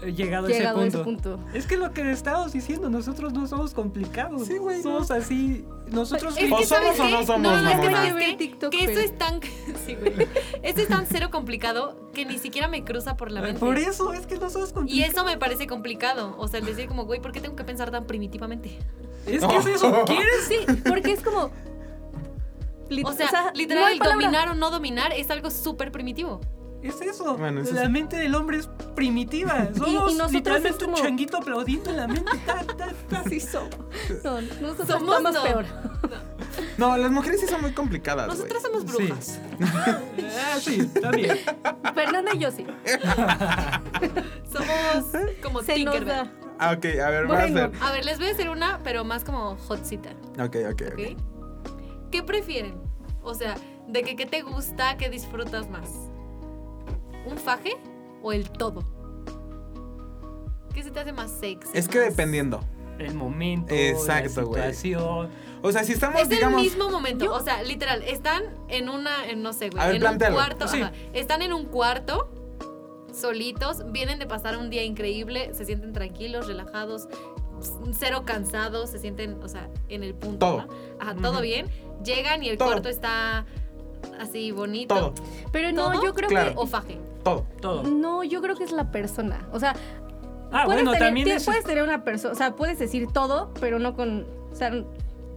S3: He llegado,
S5: llegado
S3: a
S5: a
S3: ese
S5: ese
S3: punto.
S5: punto.
S3: Es que lo que estábamos diciendo, nosotros no somos complicados.
S2: Sí, güey,
S3: Somos así. Nosotros
S5: Pues,
S4: Es que,
S2: ¿O
S3: vivimos-
S2: somos
S4: ¿sabes
S2: o
S4: qué?
S2: no somos,
S4: es que,
S2: mamona?
S4: ¿sabes qué?
S5: Yo TikTok,
S4: que eso
S5: pero-
S4: es tan... sí, güey. Eso es tan cero complicado que ni siquiera me cruza por la mente.
S3: Por eso, es que no somos
S4: Y
S3: complicados.
S4: eso me parece complicado. O sea, el decir como, güey, ¿por qué tengo que pensar tan primitivamente?
S3: Es que es eso. ¿Quieres?
S5: Sí, porque es como... lit-
S4: O sea,
S5: no
S4: literal,
S5: hay palabra.
S4: dominar o no dominar es algo súper primitivo.
S3: Es eso.
S2: Bueno, eso
S3: la
S2: sí.
S3: mente del hombre es primitiva. Somos
S5: y nosotros
S3: literalmente
S5: es como-
S3: un changuito aplaudiendo en la mente. ta, ta, ta.
S5: Sí, somos. No, nosotros
S4: Somos
S5: somos
S4: no.
S5: peor.
S2: No, las mujeres sí son muy complicadas, güey.
S4: Nosotras somos brujas.
S3: Sí. Ah, sí, está bien.
S5: Fernanda y yo sí.
S4: Somos como
S5: Se nos
S4: Tinkerbell.
S5: da.
S2: Ah, ok, a ver, vas a
S5: Bueno.
S2: ver.
S4: A ver, les voy a hacer una, pero más como hotcita,
S2: Ok, ok, ok.
S4: ¿ok? ¿Qué prefieren? O sea, de que qué te gusta, qué disfrutas más. ¿Un faje o el todo? ¿Qué se te hace más sexy?
S2: Es que
S4: más-
S2: dependiendo.
S3: El momento,
S2: Exacto,
S3: la
S2: güey.
S3: situación.
S2: O sea, si estamos,
S4: Es
S2: digamos.
S4: el mismo momento, o sea, literal, están en una, en, no sé, güey,
S2: A ver,
S4: en
S2: plantéalo.
S4: un cuarto,
S3: Sí.
S4: ajá, están en un cuarto, solitos, vienen de pasar un día increíble, se sienten tranquilos, relajados, cero cansados, se sienten, o sea, en el punto.
S2: Todo.
S4: ¿no? Ajá, todo
S3: Ujú.
S4: bien. Llegan y el
S2: Todo.
S4: cuarto está así bonito.
S2: Todo,
S5: Pero no,
S4: ¿Todo?
S5: yo creo
S2: Claro.
S4: O faje.
S2: todo.
S3: Todo.
S5: que. No, yo creo que es la persona. O sea,
S3: Ah,
S5: puedes,
S3: bueno,
S5: tener,
S3: también
S5: ti-
S3: es...
S5: puedes tener una persona. O sea, puedes decir todo, pero no con. O sea,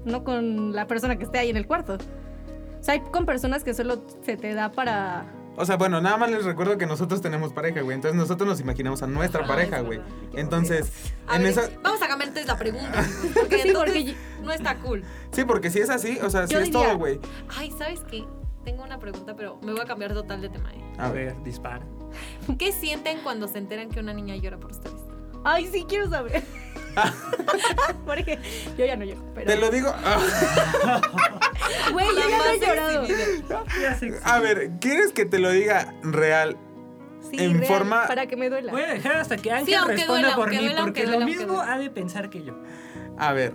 S5: no con la persona que esté ahí en el cuarto. O sea, hay con personas que solo se te da para.
S2: O sea, bueno, nada más les recuerdo que nosotros tenemos pareja, güey. Entonces nosotros nos imaginamos a nuestra
S4: Ah,
S2: pareja,
S4: es
S2: güey.
S4: verdad.
S2: Entonces,
S4: A
S2: en
S4: ver,
S2: esa.
S4: vamos a cambiar entonces la pregunta. Porque,
S5: Sí, porque
S4: entonces no está cool.
S2: Sí, porque si es así, o sea, si
S5: Yo
S2: es
S5: diría-
S2: todo, güey.
S4: Ay, ¿sabes qué? Tengo una pregunta, pero me voy a cambiar total de tema. ¿eh?
S2: A
S3: A
S2: ver.
S3: ver, dispara.
S4: ¿Qué sienten cuando se enteran que una niña llora por ustedes?
S5: Ay, sí, quiero saber. porque yo ya no lloro. Pero...
S2: Te lo digo.
S5: Güey, yo ya no he llorado.
S2: a ver, ¿quieres que te lo diga real?
S5: Sí,
S2: En
S5: real,
S2: forma-
S5: para que me duela.
S3: Voy a dejar hasta que Ángel
S4: aunque
S3: responda
S4: duela,
S3: por
S4: aunque
S3: mí,
S4: duela,
S3: porque
S4: aunque duela,
S3: lo
S4: aunque
S3: mismo
S4: duela.
S3: ha de pensar que yo.
S2: A ver,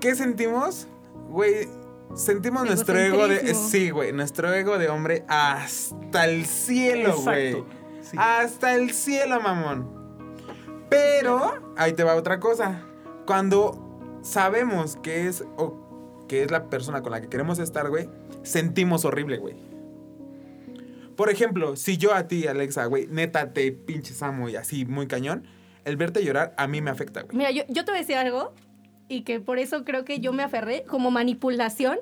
S2: ¿qué sentimos? Güey, sentimos nuestro ego de...
S5: Egocentrismo.
S2: Sí, güey, nuestro ego de hombre hasta el cielo, güey.
S3: Sí.
S2: Hasta el cielo, mamón. Pero, ahí te va otra cosa. Cuando sabemos que es, o que es la persona con la que queremos estar, güey, sentimos horrible, güey. Por ejemplo, si yo a ti, Alexa, güey, neta te pinches amo y así muy cañón, el verte llorar a mí me afecta, güey.
S5: Mira, yo, yo te voy a decir algo y que por eso creo que yo me aferré como manipulación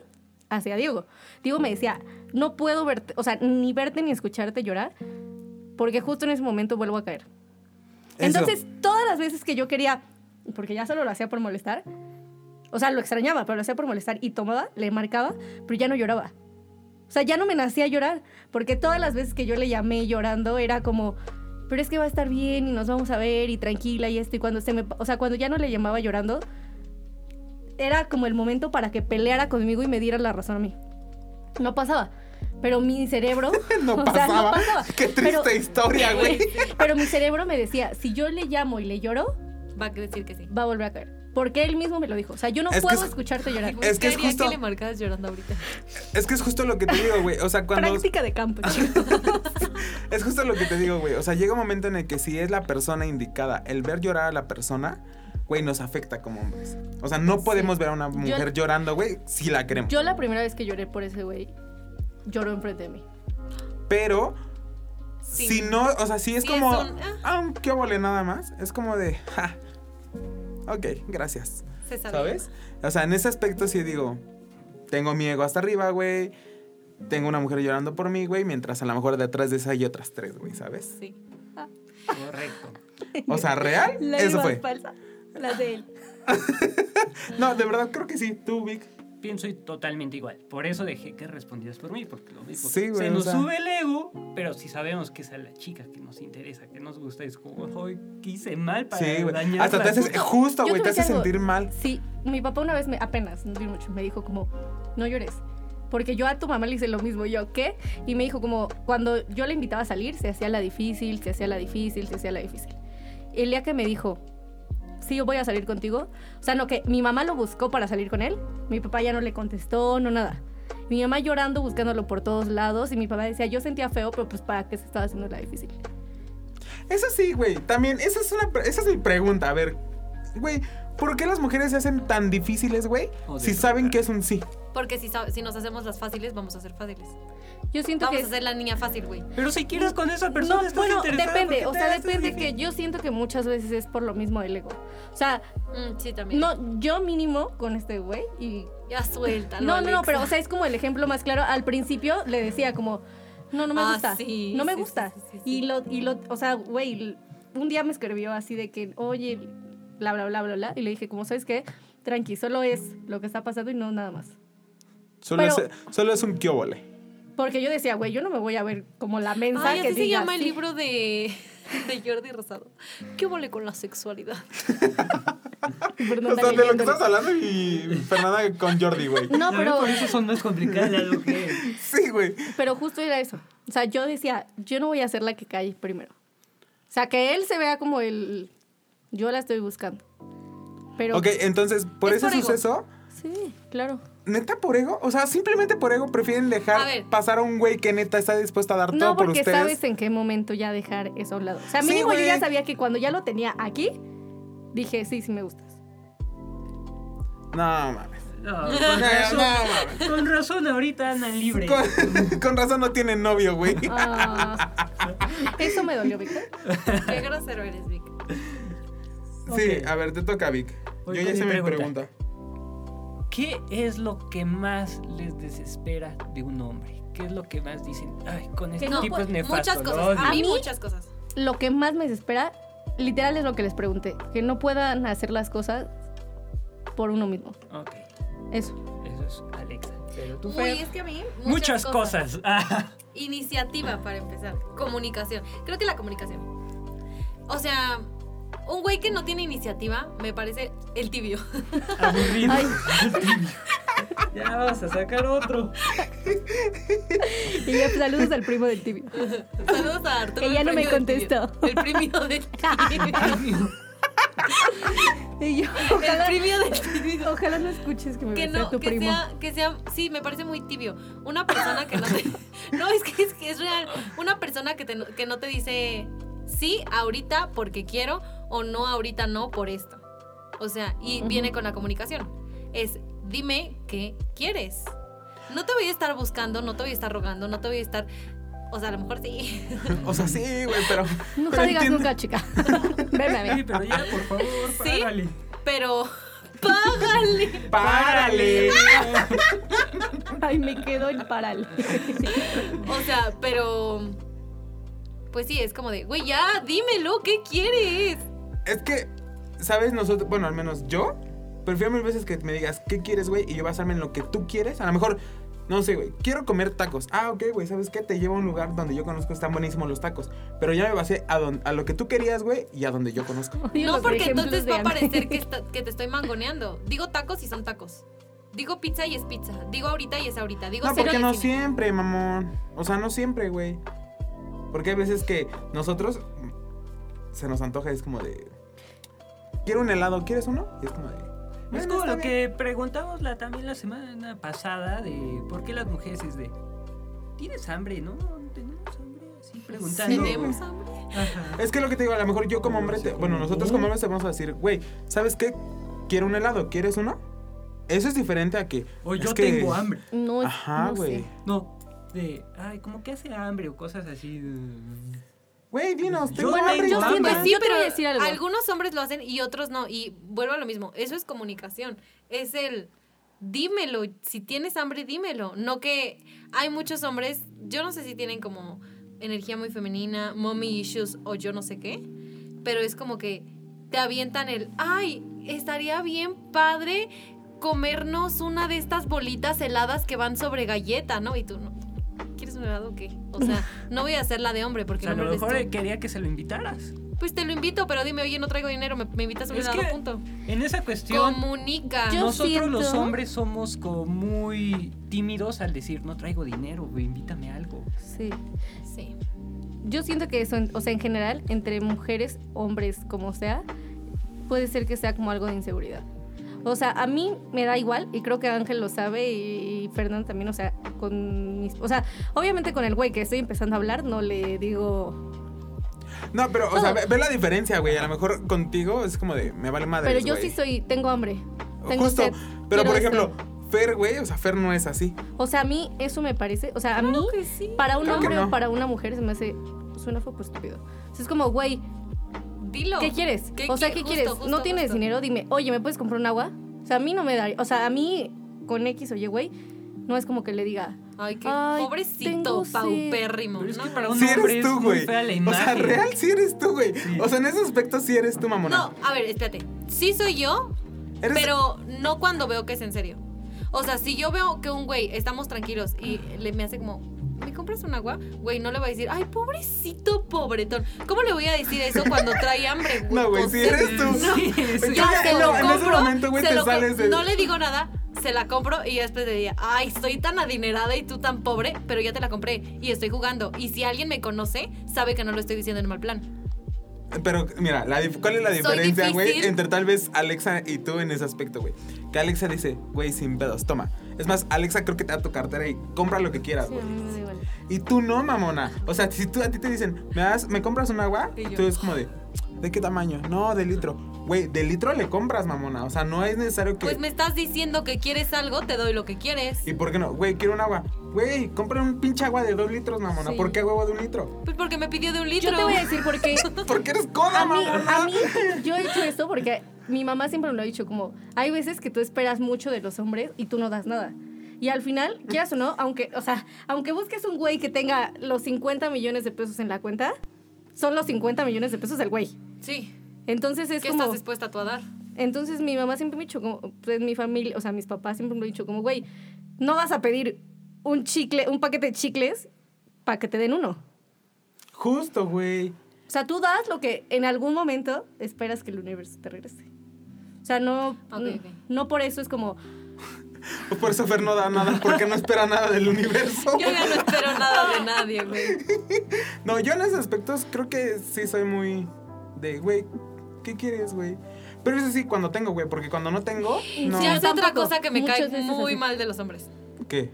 S5: hacia Diego. Diego me decía, no puedo verte, o sea, ni verte ni escucharte llorar porque justo en ese momento vuelvo a caer.
S2: Eso.
S5: Entonces, todas las veces que yo quería, porque ya solo lo hacía por molestar, o sea, lo extrañaba, pero lo hacía por molestar y tomaba, le marcaba, pero ya no lloraba. O sea, ya no me nacía llorar, porque todas las veces que yo le llamé llorando era como, pero es que va a estar bien y nos vamos a ver y tranquila y esto. Y cuando se me, o sea, cuando ya no le llamaba llorando, era como el momento para que peleara conmigo y me diera la razón a mí. No pasaba. Pero mi cerebro.
S2: No
S5: o sea,
S2: pasaba.
S5: no pasaba.
S2: Qué triste
S5: Pero-
S2: historia, güey.
S5: Pero mi cerebro me decía: si yo le llamo y le lloro,
S4: Va a decir que sí.
S5: va a volver a caer. Porque él mismo me lo dijo. O sea, yo no
S2: Es que
S5: puedo
S2: es-
S5: escucharte llorar.
S2: Es que es
S4: ¿Qué haría
S2: justo-
S4: que le marcaras llorando ahorita?
S2: Es que es justo lo que te digo, güey. O sea, cuando.
S5: Práctica de campo, chicos.
S2: Es justo lo que te digo, güey. O sea, llega un momento en el que si es la persona indicada, el ver llorar a la persona, güey, nos afecta como hombres. O sea, no podemos ver a una mujer llorando, güey, si la queremos.
S5: Yo la primera vez que lloré por ese güey, lloró enfrente de mí.
S2: Pero,
S4: Sí.
S2: si no, o sea, si es
S4: Sí,
S2: como.
S4: es un, ah.
S2: Ah, qué vole nada más. Es como de. Ja. Ok, gracias.
S4: Se sabe.
S2: ¿Sabes? O sea, en ese aspecto sí digo, tengo mi ego hasta arriba, güey. Tengo una mujer llorando por mí, güey, mientras a lo mejor detrás de esa hay otras tres, güey, ¿sabes?
S4: Sí.
S3: Correcto.
S2: O sea, real,
S5: La
S2: eso
S5: misma
S2: fue.
S5: falsa, la de él.
S2: No, de verdad creo que sí, tú, Vic.
S3: Pienso y totalmente igual. Por eso dejé que respondieras por mí, porque lo mismo.
S2: Sí, güey,
S3: Se
S2: o
S3: nos
S2: sea.
S3: sube el ego, pero si sabemos que esa es la chica que nos interesa, que nos gusta, es como, hoy quise mal para
S2: Sí, güey.
S3: dañarla".
S2: Hasta te haces, justo,
S5: Yo
S2: güey,
S5: te
S2: te
S5: voy a
S2: hace
S5: decir algo.
S2: sentir mal.
S5: Sí, mi papá una vez me, apenas, no vi mucho, me dijo como, no llores. Porque yo a tu mamá le hice lo mismo, Y yo, ¿qué? Y me dijo como, cuando yo le invitaba a salir, se hacía la difícil, se hacía la difícil, se hacía la difícil. El día que me dijo, sí, yo voy a salir contigo, o sea, no, que mi mamá lo buscó para salir con él, mi papá ya no le contestó, no nada. Mi mamá llorando, buscándolo por todos lados, y mi papá decía, yo sentía feo, pero pues para qué se estaba haciendo la difícil.
S2: Eso sí, güey. También, esa es, una, pre- esa es mi pregunta. A ver, güey, ¿por qué las mujeres se hacen tan difíciles, güey?
S3: O de
S2: Si saben
S3: tocar.
S2: que es un sí.
S4: Porque si, sab- si nos hacemos las fáciles, vamos a ser fáciles.
S5: Yo siento
S4: Vamos
S5: que
S4: a ser la niña fácil, güey.
S3: Pero si quieres con esa persona,
S5: No,
S3: estás
S5: bueno,
S3: interesada, ¿por qué
S5: depende, o
S3: te
S5: sea,
S3: haces
S5: depende
S3: difícil?
S5: que yo siento que muchas veces es por lo mismo del ego. O sea,
S4: Mm, sí, también.
S5: no, yo mínimo con este güey y...
S4: Ya suéltalo.
S5: No, no, no,
S4: Alexa.
S5: pero o sea, es como el ejemplo más claro. Al principio le decía como, no, no me
S4: Ah,
S5: gusta,
S4: sí,
S5: no me
S4: sí,
S5: gusta.
S4: sí, sí, sí,
S5: Y
S4: sí.
S5: lo, y lo, o sea, güey, l- un día me escribió así de que, oye, bla, bla, bla, bla, bla, y le dije como, ¿sabes qué? Tranqui, solo es lo que está pasando y no nada más.
S2: Solo,
S5: Pero-
S2: es, solo es un quiobole.
S5: Porque yo decía, güey, yo no me voy a ver como la mensa
S4: Ay,
S5: que
S4: así se
S5: diga,
S4: llama el
S5: "Sí".
S4: libro de, de Jordi Rosado. ¿Qué vole con la sexualidad?
S5: Fernanda
S2: O sea, de lo que
S5: leyéndolo.
S2: estás hablando y Fernanda con Jordi, güey.
S5: No,
S3: Ya ves,
S5: pero...
S3: Por eso son más complicadas las mujeres.
S2: Sí, güey.
S5: Pero justo era eso. O sea, yo decía, yo no voy a ser la que cae primero. O sea, que él se vea como el. Yo la estoy buscando. Pero.
S2: Ok, eh, entonces, por
S4: Es
S2: ese
S4: por ego.
S2: suceso,
S5: Sí, claro.
S2: ¿Neta por ego? O sea, simplemente por ego prefieren dejar
S4: A ver.
S2: pasar a un güey que neta está dispuesto a dar
S5: No,
S2: todo por
S5: porque
S2: ustedes.
S5: sabes en qué momento ya dejar eso a un lado. O sea,
S2: Sí,
S5: mínimo yo
S2: güey.
S5: ya sabía que cuando ya lo tenía aquí, dije, sí, sí me gustas.
S2: No mames.
S3: No, con
S2: No,
S3: razón.
S2: no mames.
S3: Con razón, ahorita andan libre.
S2: Con, con razón no tiene novio, güey.
S5: Ah. eso me dolió, Víctor.
S4: Qué grosero eres, Vic.
S2: Sí,
S3: Ok.
S2: a ver, te toca Vic. Yo
S3: Voy con
S2: ya
S3: mi
S2: hice mi
S3: pregunta.
S2: pregunta.
S3: ¿Qué es lo que más les desespera de un hombre? ¿Qué es lo que más dicen? Ay, con este
S4: No,
S3: tipo
S4: pues,
S3: es nefasto.
S4: muchas
S3: lo
S4: cosas.
S3: odio"?
S4: A mí
S5: ¿A mí?
S4: muchas cosas.
S5: Lo que más me desespera, literal, es lo que les pregunté. Que no puedan hacer las cosas por uno mismo.
S3: Ok,
S5: Eso.
S3: eso es Alexa. Pero tú,
S4: Uy,
S3: Fer,
S4: es que a mí
S3: muchas cosas. Ah,
S4: Iniciativa para empezar. Comunicación. Creo que la comunicación. O sea, un güey que no tiene iniciativa me parece el tibio.
S3: aburrido.
S5: Ay,
S3: Ya vas a sacar otro.
S5: y ya, saludos al primo del tibio.
S4: Saludos a Arturo.
S5: Que
S4: el
S5: ya no me
S4: premio del tibio.
S5: contestó.
S4: El premio del tibio.
S5: Y yo,
S4: el
S5: ojalá,
S4: premio del tibio.
S5: ojalá no escuches que me
S4: que
S5: besé
S4: no
S5: tu
S4: que
S5: primo.
S4: sea que sea sí me parece muy tibio una persona que no te, no es que es, que es real una persona que te- que no te dice sí ahorita porque quiero o no ahorita no por esto o sea y
S5: Ujú.
S4: viene con la comunicación es dime qué quieres no te voy a estar buscando no te voy a estar rogando no te voy a estar o sea a lo mejor sí
S2: O sea, sí, güey, pero.
S5: Nunca
S2: pero
S5: digas
S2: entiendo-
S5: nunca, chica. Venme a
S3: Sí,
S5: ver.
S3: pero ya, por favor,
S4: Sí.
S3: párale.
S4: pero págale
S2: ¡Párale!
S5: Ay, me quedo en paral.
S4: o sea pero pues sí es como de güey ya dímelo qué quieres
S2: Es que, ¿sabes? Nosotros, bueno, al menos yo, prefiero mil veces que me digas qué quieres, güey, y yo basarme en lo que tú quieres. A lo mejor, no sé, güey, quiero comer tacos. Ah, ok, güey, ¿sabes qué? Te llevo a un lugar donde yo conozco, están buenísimos los tacos. Pero ya me basé a, don- a lo que tú querías, güey, y a donde yo conozco.
S5: Odio
S4: No,
S5: los
S4: porque
S5: ejemplos
S4: entonces
S5: de
S4: va a
S5: Ana.
S4: parecer que, está- que te estoy mangoneando. Digo tacos y son tacos. Digo pizza y es pizza. Digo ahorita y es ahorita. Digo
S2: No,
S4: cine
S2: porque
S4: y
S2: no
S4: es cine.
S2: siempre, mamón. O sea, no siempre, güey. Porque hay veces que nosotros mm, se nos antoja, es como de. Quiero un helado, ¿quieres uno? Y es como de.
S3: Es
S2: "Bueno,
S3: como
S2: está
S3: lo
S2: bien".
S3: que preguntamos la, también la semana pasada de por qué las mujeres es de ¿Tienes hambre? No, no tenemos hambre. Así preguntando.
S4: Tenemos hambre.
S3: Ajá.
S2: Es que lo que te digo, a lo mejor yo como hombre. te- bueno, nosotros como hombres te vamos a decir, güey, ¿sabes qué? Quiero un helado, ¿quieres uno? Eso es diferente a que.
S3: O
S2: es
S3: yo
S2: que-
S3: tengo hambre.
S5: No,
S2: Ajá, güey.
S5: güey.
S3: No, de, ay, como que hace hambre o cosas así. de-
S2: Güey, dinos,
S3: Yo
S2: tengo
S3: tengo
S2: hambre.
S3: hambre.
S5: siento-
S4: Pues
S5: Yo
S4: sí,
S5: te
S4: pero
S5: voy a decir algo.
S4: algunos hombres lo hacen y otros no. Y vuelvo a lo mismo. Eso es comunicación. Es el dímelo. Si tienes hambre, dímelo. No que hay muchos hombres, yo no sé si tienen como energía muy femenina, mommy issues o yo no sé qué. pero es como que te avientan el, ay, estaría bien padre comernos una de estas bolitas heladas que van sobre galleta, ¿no? Y tú no. ¿Quieres un helado o qué? O sea, no voy a hacer la de hombre
S3: O
S4: porque
S3: sea, a
S4: no
S3: lo
S4: eres
S3: mejor
S4: tú.
S3: quería que se lo invitaras.
S4: Pues te lo invito, pero dime, oye, no traigo dinero, me, me invitas a un
S3: Es
S4: helado,
S3: que
S4: punto.
S3: En esa cuestión,
S4: Comunica.
S5: Yo
S3: nosotros los
S5: siento-
S3: hombres somos como muy tímidos al decir, no traigo dinero, güey, invítame a algo.
S5: Sí.
S4: Sí.
S5: Yo siento que eso, en- o sea, en general, entre mujeres, hombres, como sea, puede ser que sea como algo de inseguridad. O sea, a mí me da igual, y creo que Ángel lo sabe, y, y Fernando también, o sea, con mis... O sea, obviamente con el güey que estoy empezando a hablar, no le digo...
S2: No, pero, o sea, ve, ve la diferencia, güey. A lo mejor contigo es como de, me vale madre.
S5: Pero yo sí soy... Teny hambre. Tengo
S2: Justo.
S5: sed,
S2: pero,
S5: quiero
S2: por
S5: esto.
S2: ejemplo, Fer, güey, o sea, Fer no es así.
S5: O sea, a mí eso me parece... O sea, a mí...
S4: que sí.
S5: Para un
S2: Creo que
S5: hombre
S2: no.
S5: o para una mujer se me hace... Suena poco estúpido. O sea, es como, güey,
S4: Dilo.
S5: ¿Qué quieres?
S4: ¿Qué
S5: o sea,
S4: qui-
S5: ¿qué
S4: justo,
S5: quieres?
S4: justo,
S5: ¿No tienes
S4: justo.
S5: dinero? Dime, oye, ¿me puedes comprar un agua? O sea, a mí no me daría. O sea, a mí con X o Y, güey, no es como que le diga.
S4: Ay, qué
S5: Ay,
S4: pobrecito,
S5: tengo sed.
S4: paupérrimo.
S3: Pero es que
S4: No,
S3: para un
S2: Sí
S3: hombre
S2: eres
S3: es
S2: tú,
S3: muy
S2: güey.
S3: fea la
S2: O sea,
S3: imagen.
S2: real sí eres tú, güey.
S3: Sí.
S2: O sea, en ese aspecto sí eres tú, mamona.
S4: no, a ver, espérate. Sí soy yo,
S2: Eres-
S4: Pero no cuando veo que es en serio. O sea, si yo veo que un güey estamos tranquilos y le me hace como, ¿me compras un agua? Güey, no le voy a decir, ay, pobrecito, pobretón. ¿Cómo le voy a decir eso cuando trae hambre, güey?
S2: No, güey,
S4: O
S2: sí
S4: sea,
S2: eres tú.
S4: no.
S3: Sí, eres tú.
S2: Yo
S4: Ya
S2: ya-
S4: se lo
S2: en
S4: compro.
S2: ese momento, güey,
S4: se
S2: te
S4: lo com-
S2: sales de-
S4: No le digo nada, se la compro y ya después le diría, ay, estoy tan adinerada y tú tan pobre, pero ya te la compré y estoy jugando. Y si alguien me conoce, sabe que no lo estoy diciendo en mal plan.
S2: Pero mira, la dif- ¿cuál es la
S4: Soy
S2: diferencia, güey?
S4: difícil.
S2: Entre tal vez Alexa y tú en ese aspecto, güey. Que Alexa dice, güey, sin pedos, toma. Es más, Alexa creo que te da tu cartera y compra lo que quieras,
S5: Sí, a
S2: güey.
S5: mí me da igual.
S2: Y tú no, mamona. O sea, si tú a ti te dicen, ¿me, das, ¿me compras un agua?
S4: Y yo.
S2: Tú es como de, ¿de qué tamaño? No, de litro. Güey, de litro le compras, mamona. O sea, no es necesario que...
S4: Pues me estás diciendo que quieres algo, te doy lo que quieres.
S2: ¿Y por qué no? Güey, quiero un agua. Güey, compra un pinche agua de dos litros, mamona.
S5: Sí.
S2: ¿Por qué huevo de un litro?
S4: Pues porque me pidió de un litro.
S5: Yo te voy a decir por qué.
S2: Porque eres coda,
S5: A mí,
S2: mamona.
S5: a mí, yo he hecho esto porque mi mamá siempre me lo ha dicho, como, hay veces que tú esperas mucho de los hombres y tú no das nada. Y al final, quieras o no, aunque, o sea, aunque busques un güey que tenga los 50 millones de pesos en la cuenta, son los 50 millones de pesos del güey.
S4: Sí.
S5: Entonces es
S4: ¿Qué
S5: como...
S4: estás dispuesta tú a dar?
S5: Entonces mi mamá siempre me ha dicho, como, pues mi familia, o sea, mis papás siempre me han dicho, como, güey, no vas a pedir un chicle, un paquete de chicles para que te den uno.
S2: Justo, güey.
S5: O sea, tú das lo que en algún momento esperas que el universo te regrese. O sea, no,
S4: Ok, ok.
S5: no por eso es como,
S2: Pues Por eso Fer no da nada, porque no espera nada del universo.
S4: Yo ya no espero nada de nadie, güey.
S2: No, yo en esos aspectos creo que sí soy muy de, güey, ¿qué quieres, güey? Pero eso sí, cuando tengo, güey, porque cuando no tengo, no.
S4: Sí,
S5: Yo
S4: es otra
S5: tampoco.
S4: cosa que me cae
S5: Muchas veces
S4: muy
S5: así.
S4: mal de los hombres.
S2: ¿Qué?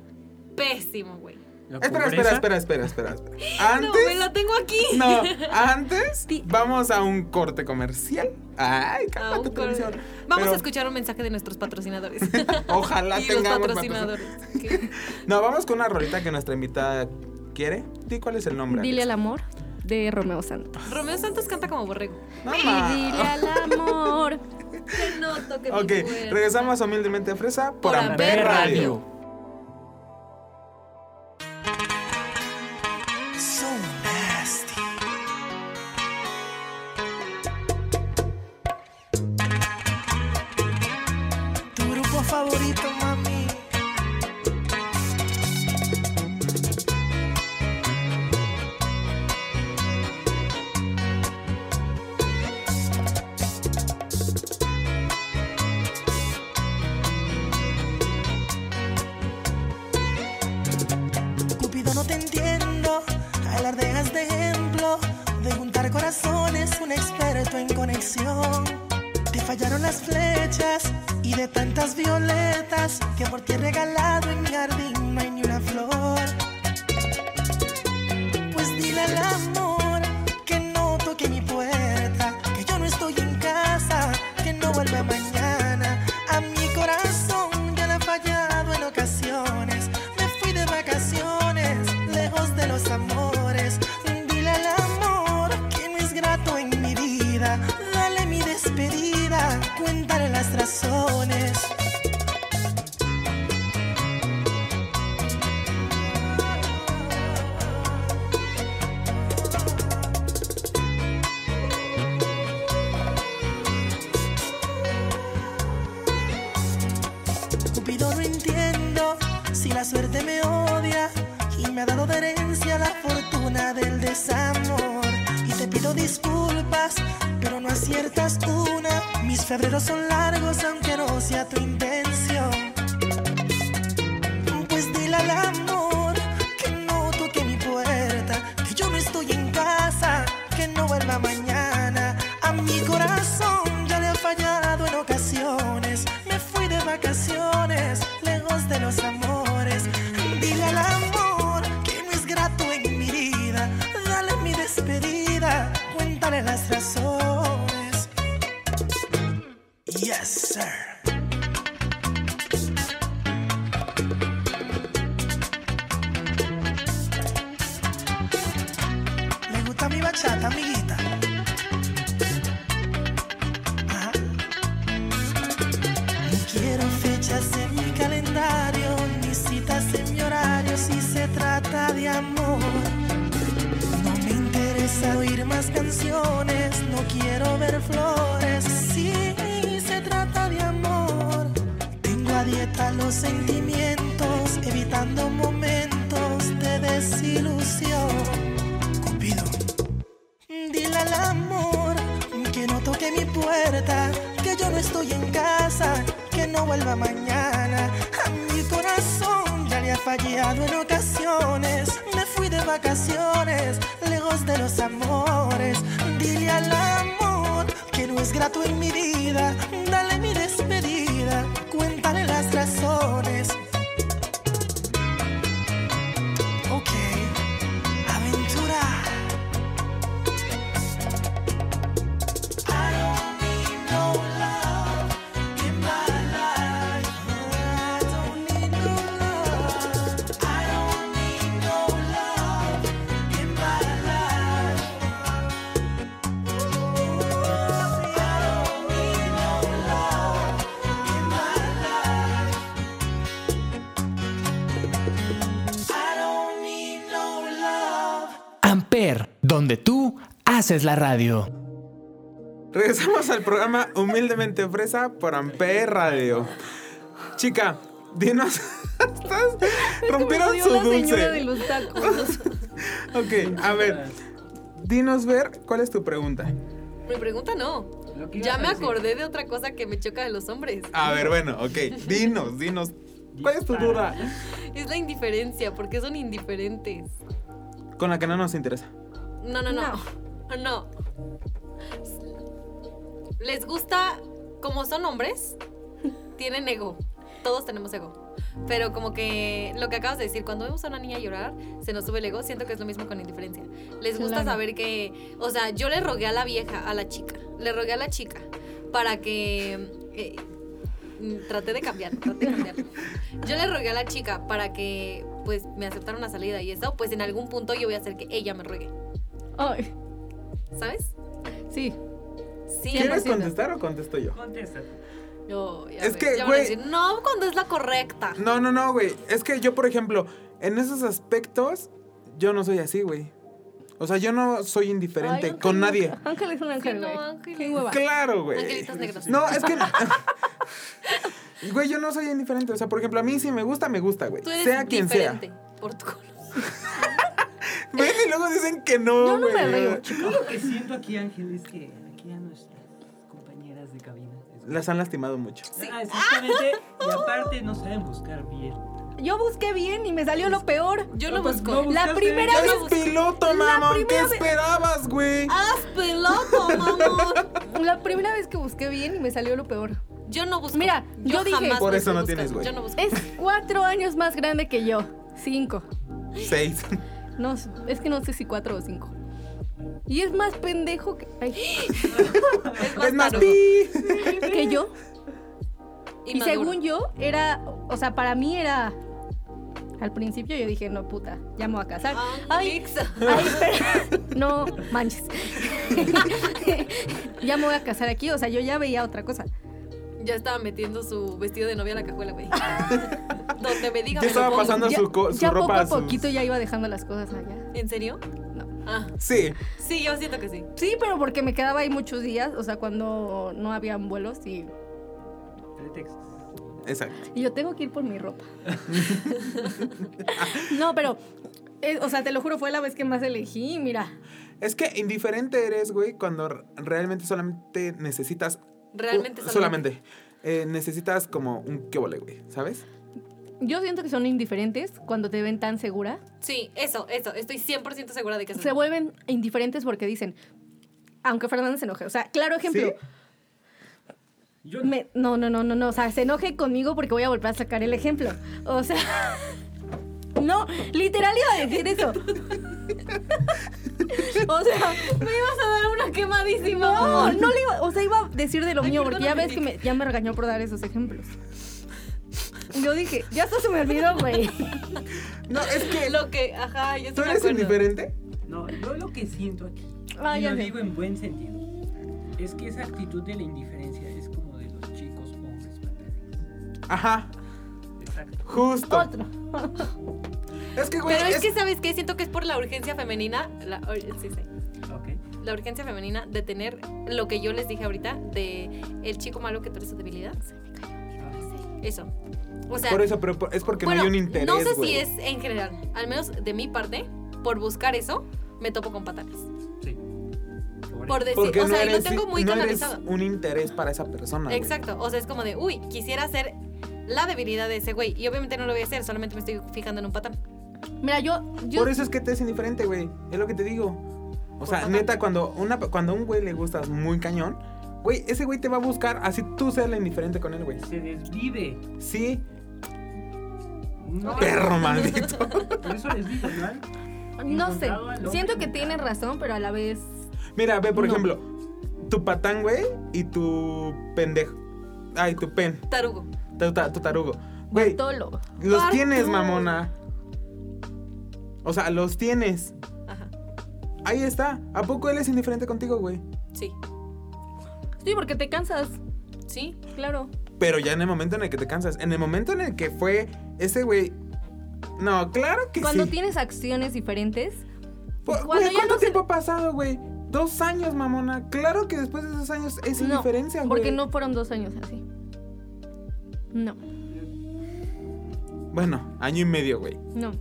S4: Pésimo, güey.
S3: La
S2: Espera, espera,
S3: pobreza.
S2: espera, espera, espera, espera.
S4: No, güey,
S2: Antes.
S4: la tengo aquí.
S2: No, antes
S5: Ti-
S2: vamos a un corte comercial. Ay,
S4: Ah,
S2: cálmate,
S4: un cor-
S2: televisión.
S4: Vamos
S2: Pero
S4: a escuchar un mensaje de nuestros patrocinadores.
S2: Ojalá
S4: y los
S2: tengamos
S4: patrocinadores. ¿Qué?
S2: No, vamos con una rolita que nuestra invitada quiere. Di cuál es el nombre.
S5: dile al amor de Romeo Santos.
S4: Romeo Santos canta como borrego.
S2: No,
S5: Y
S2: ma.
S5: dile al amor.
S4: Que noto que mi
S2: Ok,
S4: fuerza-
S2: regresamos a humildemente a Fresa por,
S4: Por
S2: Amper
S4: Amper
S2: Radio.
S4: Radio.
S7: So nasty. Tu grupo favorito, mami. Cupido no te entiendo, alardeas de ejemplo de juntar corazones, un experto en conexión. Te fallaron las flechas y de tantas violetas que por ti he regalado en mi jardín no hay ni una flor. Pues dile al amor que no toque mi puerta, que yo no estoy en casa, que no vuelva mañana. A mi corazón ya le ha fallado en ocasiones. Me fui de vacaciones, lejos de los amores. Dile al amor que no es grato en mi vida. Dale mi despedida, cuéntale las razones. Cupido no entiendo si la suerte me odia y me ha dado de herencia la fortuna del desamor. Y te pido disculpas, pero no aciertas una. Mis febreros son largos aunque no sea tu intención. Pues dile al amor que no toque mi puerta, que yo no estoy en casa, que no vuelva mañana. A mi corazón ya le ha fallado en ocasiones. Me fui de vacaciones, lejos de los amores. Dile al amor que no es grato en mi vida. Dale mi despedida, cuéntale las razones. Yes, sir. Le gusta mi bachata, amiguita. Ajá. No quiero fechas en mi calendario, ni citas en mi horario si se trata de amor. No me interesa oír más canciones, no quiero ver flores si se trata de amor. Tengo a dieta los sentimientos, evitando momentos de desilusión. Cupido. Dile al amor que no toque mi puerta, que yo no estoy en casa, que no vuelva mañana. A mi corazón ya le ha fallado en ocasiones. Me fui de vacaciones, lejos de los amores. Dile al amor que no es grato en mi vida. Dale mi despedida, cuéntale las razones. Ok, aventura. I don't need no love in my life. I don't need no love. I don't need no love in my life. I don't need no love in my life. I don't need no love.
S1: Amper, donde tú haces la radio.
S2: Regresamos al programa Humildemente Fresa por Amper Radio. Chica, dinos. Estás- Rompieron
S5: Como
S2: su
S5: dio la señora de
S2: dulce.
S5: los tacos.
S2: Ok, a ver. Dinos ver cuál es tu pregunta.
S4: Mi pregunta no.
S3: Lo que ibas
S4: Ya
S3: a
S4: me
S3: decir.
S4: acordé de otra cosa que me choca de los hombres.
S2: A ver, bueno, ok. Dinos, dinos. ¿Cuál es tu duda?
S4: Es la indiferencia, porque son indiferentes.
S2: Con la que no nos interesa.
S4: No, no, no. No. Les gusta, como son hombres, tienen ego. Todos tenemos ego. Pero como que lo que acabas de decir, cuando vemos a una niña llorar, se nos sube el ego. Siento que es lo mismo con indiferencia. Les gusta
S5: Claro.
S4: saber que, o sea, yo le rogué a la vieja, a la chica, le rogué a la chica para que... eh, mm, traté de cambiar, traté de cambiar. Yo le rogué a la chica para que pues me aceptara una salida y eso, pues en algún punto yo voy a hacer que ella me ruegue.
S5: Ay,
S4: ¿Sabes?
S5: sí.
S4: Sí,
S2: ¿Quieres
S4: algo así.
S2: contestar o contesto yo?
S3: Contesta.
S4: Yo, ya
S2: Es
S4: me-
S2: que,
S4: ya me van a
S2: güey-
S4: decir, No, cuando es la correcta.
S2: No, no, no, güey. Es que yo, por ejemplo, en esos aspectos, yo no soy así, güey. O sea, yo no soy indiferente
S5: Ay,
S2: con
S5: Ángel,
S2: nadie.
S5: Ángel es un ángel,
S4: Sí, no,
S5: güey.
S4: Ángel.
S5: Qué hueva.
S2: Claro, güey.
S4: Angelitos negros.
S2: No, es que. Güey, yo no soy indiferente. O sea, por ejemplo, a mí si me gusta, me gusta, güey.
S4: Tú eres
S2: Sea quien sea.
S4: diferente por tu color.
S2: Güey, y luego dicen que
S5: Yo
S2: no,
S5: no
S2: güey.
S5: me río, chico.
S3: Yo lo que siento aquí, Ángel, es que aquí a nuestras compañeras de cabina.
S2: Las han lastimado mucho.
S3: Ah, exactamente. Y aparte no saben buscar bien.
S5: Yo busqué bien y me salió lo peor.
S4: Yo no
S3: pues,
S4: busco.
S3: no
S5: La
S3: buscaste.
S5: primera
S2: ¡Ya
S4: lo
S5: vez,
S2: eres
S4: busqué.
S2: piloto,
S5: La
S2: mamón! ¿Qué
S5: primera vez-
S2: esperabas, güey?
S4: ¡Haz piloto, mamón!
S5: la primera vez que busqué bien y me salió lo peor.
S4: Yo no busco.
S5: Mira, yo dije-
S4: jamás
S2: Por eso
S4: busco
S2: no tienes,
S4: buscar.
S2: güey.
S4: Yo no busco.
S5: Es cuatro años más grande que yo. Cinco.
S2: Seis.
S5: No, sé, es que no sé si cuatro o cinco. Y es más pendejo que, ay,
S4: Es más,
S2: Es más,
S4: tarugo
S2: pi.
S5: que yo.
S4: y
S5: Y
S4: maduro.
S5: según yo, era, o sea, para mí era... Al principio yo dije, no, puta, ya me voy a casar.
S4: Ah,
S5: Ay,
S4: Alexa.
S5: Ay, espera. No manches. ya me voy a casar aquí. O sea, yo ya veía otra cosa.
S4: Ya estaba metiendo su vestido de novia a la cajuela, güey. Donde me diga.
S2: Ya
S4: me lo
S2: estaba
S4: pongo.
S2: pasando- No,
S5: ya
S2: su co- su
S5: ya
S2: ropa,
S5: poco a
S2: sus-
S5: poquito ya iba dejando las cosas allá.
S4: ¿En serio?
S5: No.
S4: Ah,
S2: Sí.
S4: sí, yo siento que sí.
S5: Sí, pero porque me quedaba ahí muchos días. O sea, cuando no habían vuelos y,
S3: Pretextos.
S2: Exacto.
S5: y yo tengo que ir por mi ropa. no, pero. eh, o sea, te lo juro, fue la vez que más elegí. Mira.
S2: Es que indiferente eres, güey, cuando r- realmente solamente necesitas.
S4: Realmente
S2: Uh, solamente. Eh, necesitas como un qué vole, güey, ¿sabes?
S5: Yo siento que son indiferentes cuando te ven tan segura.
S4: Sí, eso, eso. Estoy 100% segura de que es
S5: se vuelven indiferentes porque dicen, aunque Fernández se enoje, o sea, claro ejemplo,
S3: Yo no.
S5: me- no, no, no, no, no, o sea, se enoje conmigo porque voy a volver a sacar el ejemplo, o sea, no, literal iba a decir eso. O sea,
S4: Me ibas a dar una quemadísima.
S5: no,
S4: amor.
S5: no le iba, o sea, iba a decir de lo
S4: Ay,
S5: mío porque ya
S4: perdóname,
S5: ves que me, ya me regañó por dar esos ejemplos. Yo dije, ya esto se me olvidó, güey.
S2: No, es que.
S4: Lo que, ajá, yo
S2: ¿Tú
S4: estoy de
S2: eres
S4: acuerdo.
S2: indiferente?
S3: No, yo lo que siento aquí,
S5: Ah,
S3: y
S5: ya
S3: lo
S5: sé.
S3: digo en buen sentido, es que esa actitud de la indiferencia es como de los chicos hombres patéticos.
S2: Ajá.
S3: Exacto.
S2: Justo.
S5: Otro.
S2: Es que, güey,
S4: Pero es
S2: es-
S4: que, ¿sabes qué? Siento que es por la urgencia femenina. La, or- sí, sí.
S3: Ok.
S4: La urgencia femenina de tener lo que yo les dije ahorita de el chico malo que tú eres su debilidad. Eso. O sea,
S2: por eso, pero por- es porque
S4: bueno,
S2: no hay un interés.
S4: no sé
S2: güey.
S4: si es en general. Al menos de mi parte, por buscar eso, me topo con patanes.
S3: Sí.
S4: Por decir,
S2: Porque
S4: o sea, y lo
S2: eres-
S4: tengo muy
S2: no eres
S4: canalizado.
S2: un interés para esa persona. güey.
S4: Exacto. O sea, es como de, uy, quisiera ser la debilidad de ese güey. Y obviamente no lo voy a hacer, solamente me estoy fijando en un patán.
S5: Mira, yo. yo
S2: Por eso es que te es indiferente, güey. Es lo que te digo. O sea,
S4: Por
S2: neta, cuando, una, cuando a un güey le gustas muy cañón, güey, ese güey te va a buscar así tú seas la indiferente con él, güey.
S3: Se desvive.
S2: Sí,
S3: No,
S2: perro maldito.
S3: Por eso les digo, ¿verdad?
S5: no sé.
S3: Encontraba al hombre
S5: Siento que
S3: indicado.
S5: tienes razón, pero a la vez.
S2: Mira, ve, por
S5: No.
S2: ejemplo, tu patán, güey, y tu pendejo. Ay, tu pen,
S4: Tarugo.
S2: tu, ta- tu tarugo. Güey,
S5: Tolo.
S2: los
S4: Arturo.
S2: tienes, mamona. O sea, los tienes.
S4: Ajá.
S2: Ahí está. ¿A poco él es indiferente contigo, güey?
S4: Sí.
S5: Sí, porque te cansas.
S4: Sí.
S5: Claro.
S2: Pero ya en el momento en el que te cansas, en el momento en el que fue ese güey. No, claro que
S5: Cuando
S2: sí.
S5: tienes acciones diferentes.
S2: Po-
S5: cuando
S2: güey,
S5: ya
S2: ¿Cuánto
S5: no se-
S2: tiempo ha pasado, güey? Dos años, mamona. Claro que después de esos años es
S5: no,
S2: indiferencia, güey.
S5: Porque no fueron dos años así. No,
S2: Bueno, año y medio, güey.
S5: no,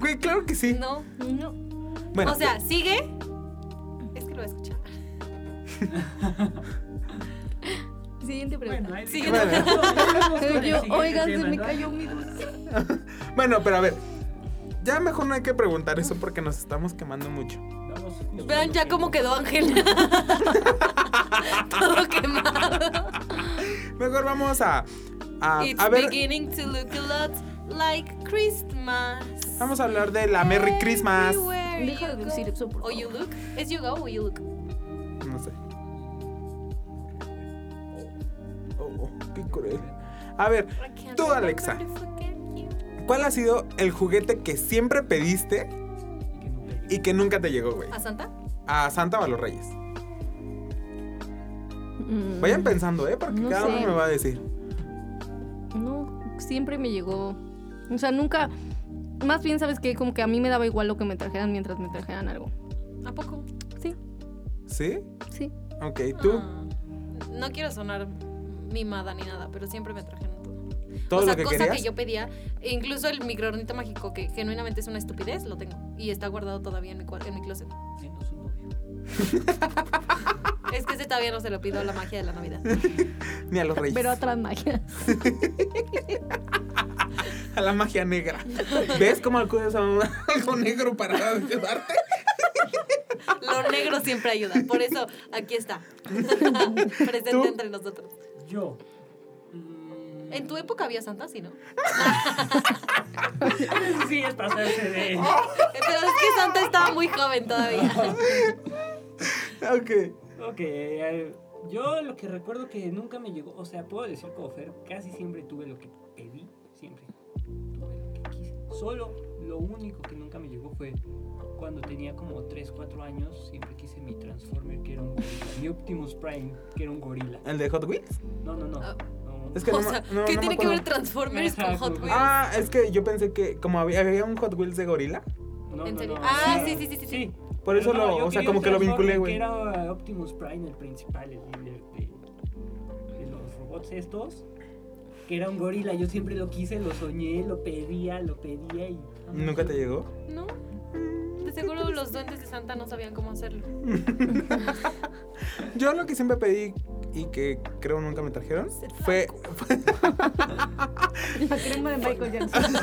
S2: Güey, claro que sí.
S4: No.
S5: no.
S2: Bueno,
S4: o sea, sigue. Es que lo voy a escuchar.
S5: Siguiente pregunta.
S3: Bueno, ahí
S4: Sí,
S3: dije,
S2: bueno.
S3: vamos con
S5: Pero
S3: el
S5: yo,
S3: siguiente
S5: oigan, se
S3: tema,
S5: me
S3: ¿no?
S5: cayó mi dulce.
S2: bueno, pero a ver. Ya mejor no hay que preguntar eso porque nos estamos quemando mucho.
S3: Vamos justo
S4: Vean
S3: a
S4: ya
S3: lo
S4: cómo
S3: que-
S4: quedó Ángel. Todo quemado.
S2: Mejor vamos a. A,
S4: It's
S2: Ah, a ver,
S4: beginning to look a lot like Christmas.
S2: vamos a hablar de la Merry Christmas.
S4: Everywhere
S5: Deja
S4: you
S5: de
S4: go.
S5: decir eso, por
S4: O
S5: favor.
S4: Oh, you look. Es you go o you look.
S2: No sé. Oh, oh, qué cruel. A ver,
S4: I can't
S2: Tú,
S4: remember
S2: Alexa.
S4: to forget you.
S2: ¿cuál ha sido el juguete que siempre pediste
S3: y que no pegue.
S2: y que nunca te llegó, güey?
S4: ¿A Santa?
S2: ¿A Santa o a los Reyes?
S5: Mm,
S2: Vayan pensando, ¿eh? Porque
S5: No
S2: cada uno
S5: sé.
S2: me va a decir.
S5: No, siempre me llegó. O sea, nunca. Más bien, ¿sabes qué? Como que a mí me daba igual lo que me trajeran mientras me trajeran algo.
S4: ¿A poco?
S5: Sí,
S2: ¿Sí?
S5: sí.
S2: Ok, tú.
S4: Ah, no quiero sonar mimada ni nada, pero siempre me trajeron todo.
S2: Todo
S4: o sea,
S2: lo que
S4: cosa
S2: querías.
S4: que yo pedía, e incluso el microornito mágico, que genuinamente es una estupidez, lo tengo. Y está guardado todavía en mi, cua- en mi closet.
S3: Menos un novio.
S4: Es que ese todavía no se lo pido la magia de la Navidad.
S2: Ni a los Reyes.
S5: Pero atrás magia.
S2: A la magia negra. ¿Ves cómo acudes a un- algo negro para ayudarte?
S4: Lo negro siempre ayuda. Por eso aquí está. Presente
S2: ¿Tú?
S4: entre nosotros.
S3: Yo. Mm,
S4: En tu época había Santa, sí, ¿no? Eh,
S3: Sí, es pasarse de.
S4: Pero es que Santa estaba muy joven todavía.
S2: Ok.
S3: Ok, eh, yo lo que recuerdo que nunca me llegó, o sea, puedo decir como Fer, casi siempre tuve lo que pedí, siempre tuve lo que quise. Solo lo único que nunca me llegó fue cuando tenía como 3, 4 años, siempre quise mi Transformer, que era un gorila, mi Optimus Prime, que era un gorila.
S2: ¿El de Hot Wheels?
S3: No, no, no.
S4: Ah.
S3: no.
S2: Es que
S4: o
S2: no me-
S4: sea,
S2: no-
S4: ¿qué
S2: no me
S4: tiene que ver
S2: acuerdo.
S4: Transformers con Hot Wheels?
S2: Ah, es que yo pensé que como había, había un Hot Wheels de gorila.
S3: no,
S4: ¿en
S3: no,
S4: serio?
S3: no,
S4: Ah,
S3: era-
S4: sí, sí, sí, sí, sí.
S2: Por eso
S3: Pero no,
S2: lo,
S3: yo
S2: o sea,
S3: quería
S2: como
S3: un
S2: que lo
S3: Transformer,
S2: vinculé, güey.
S3: Que era Optimus Prime el principal, el líder de, de los robots estos. Que era un gorila, yo siempre lo quise, lo soñé, lo pedía, lo pedía y...
S2: ¿Nunca te llegó?
S4: ¿No? De seguro los duendes de Santa no sabían cómo hacerlo.
S2: Yo lo que siempre pedí y que creo nunca me trajeron fue, fue-
S5: La crema de Michael Jackson.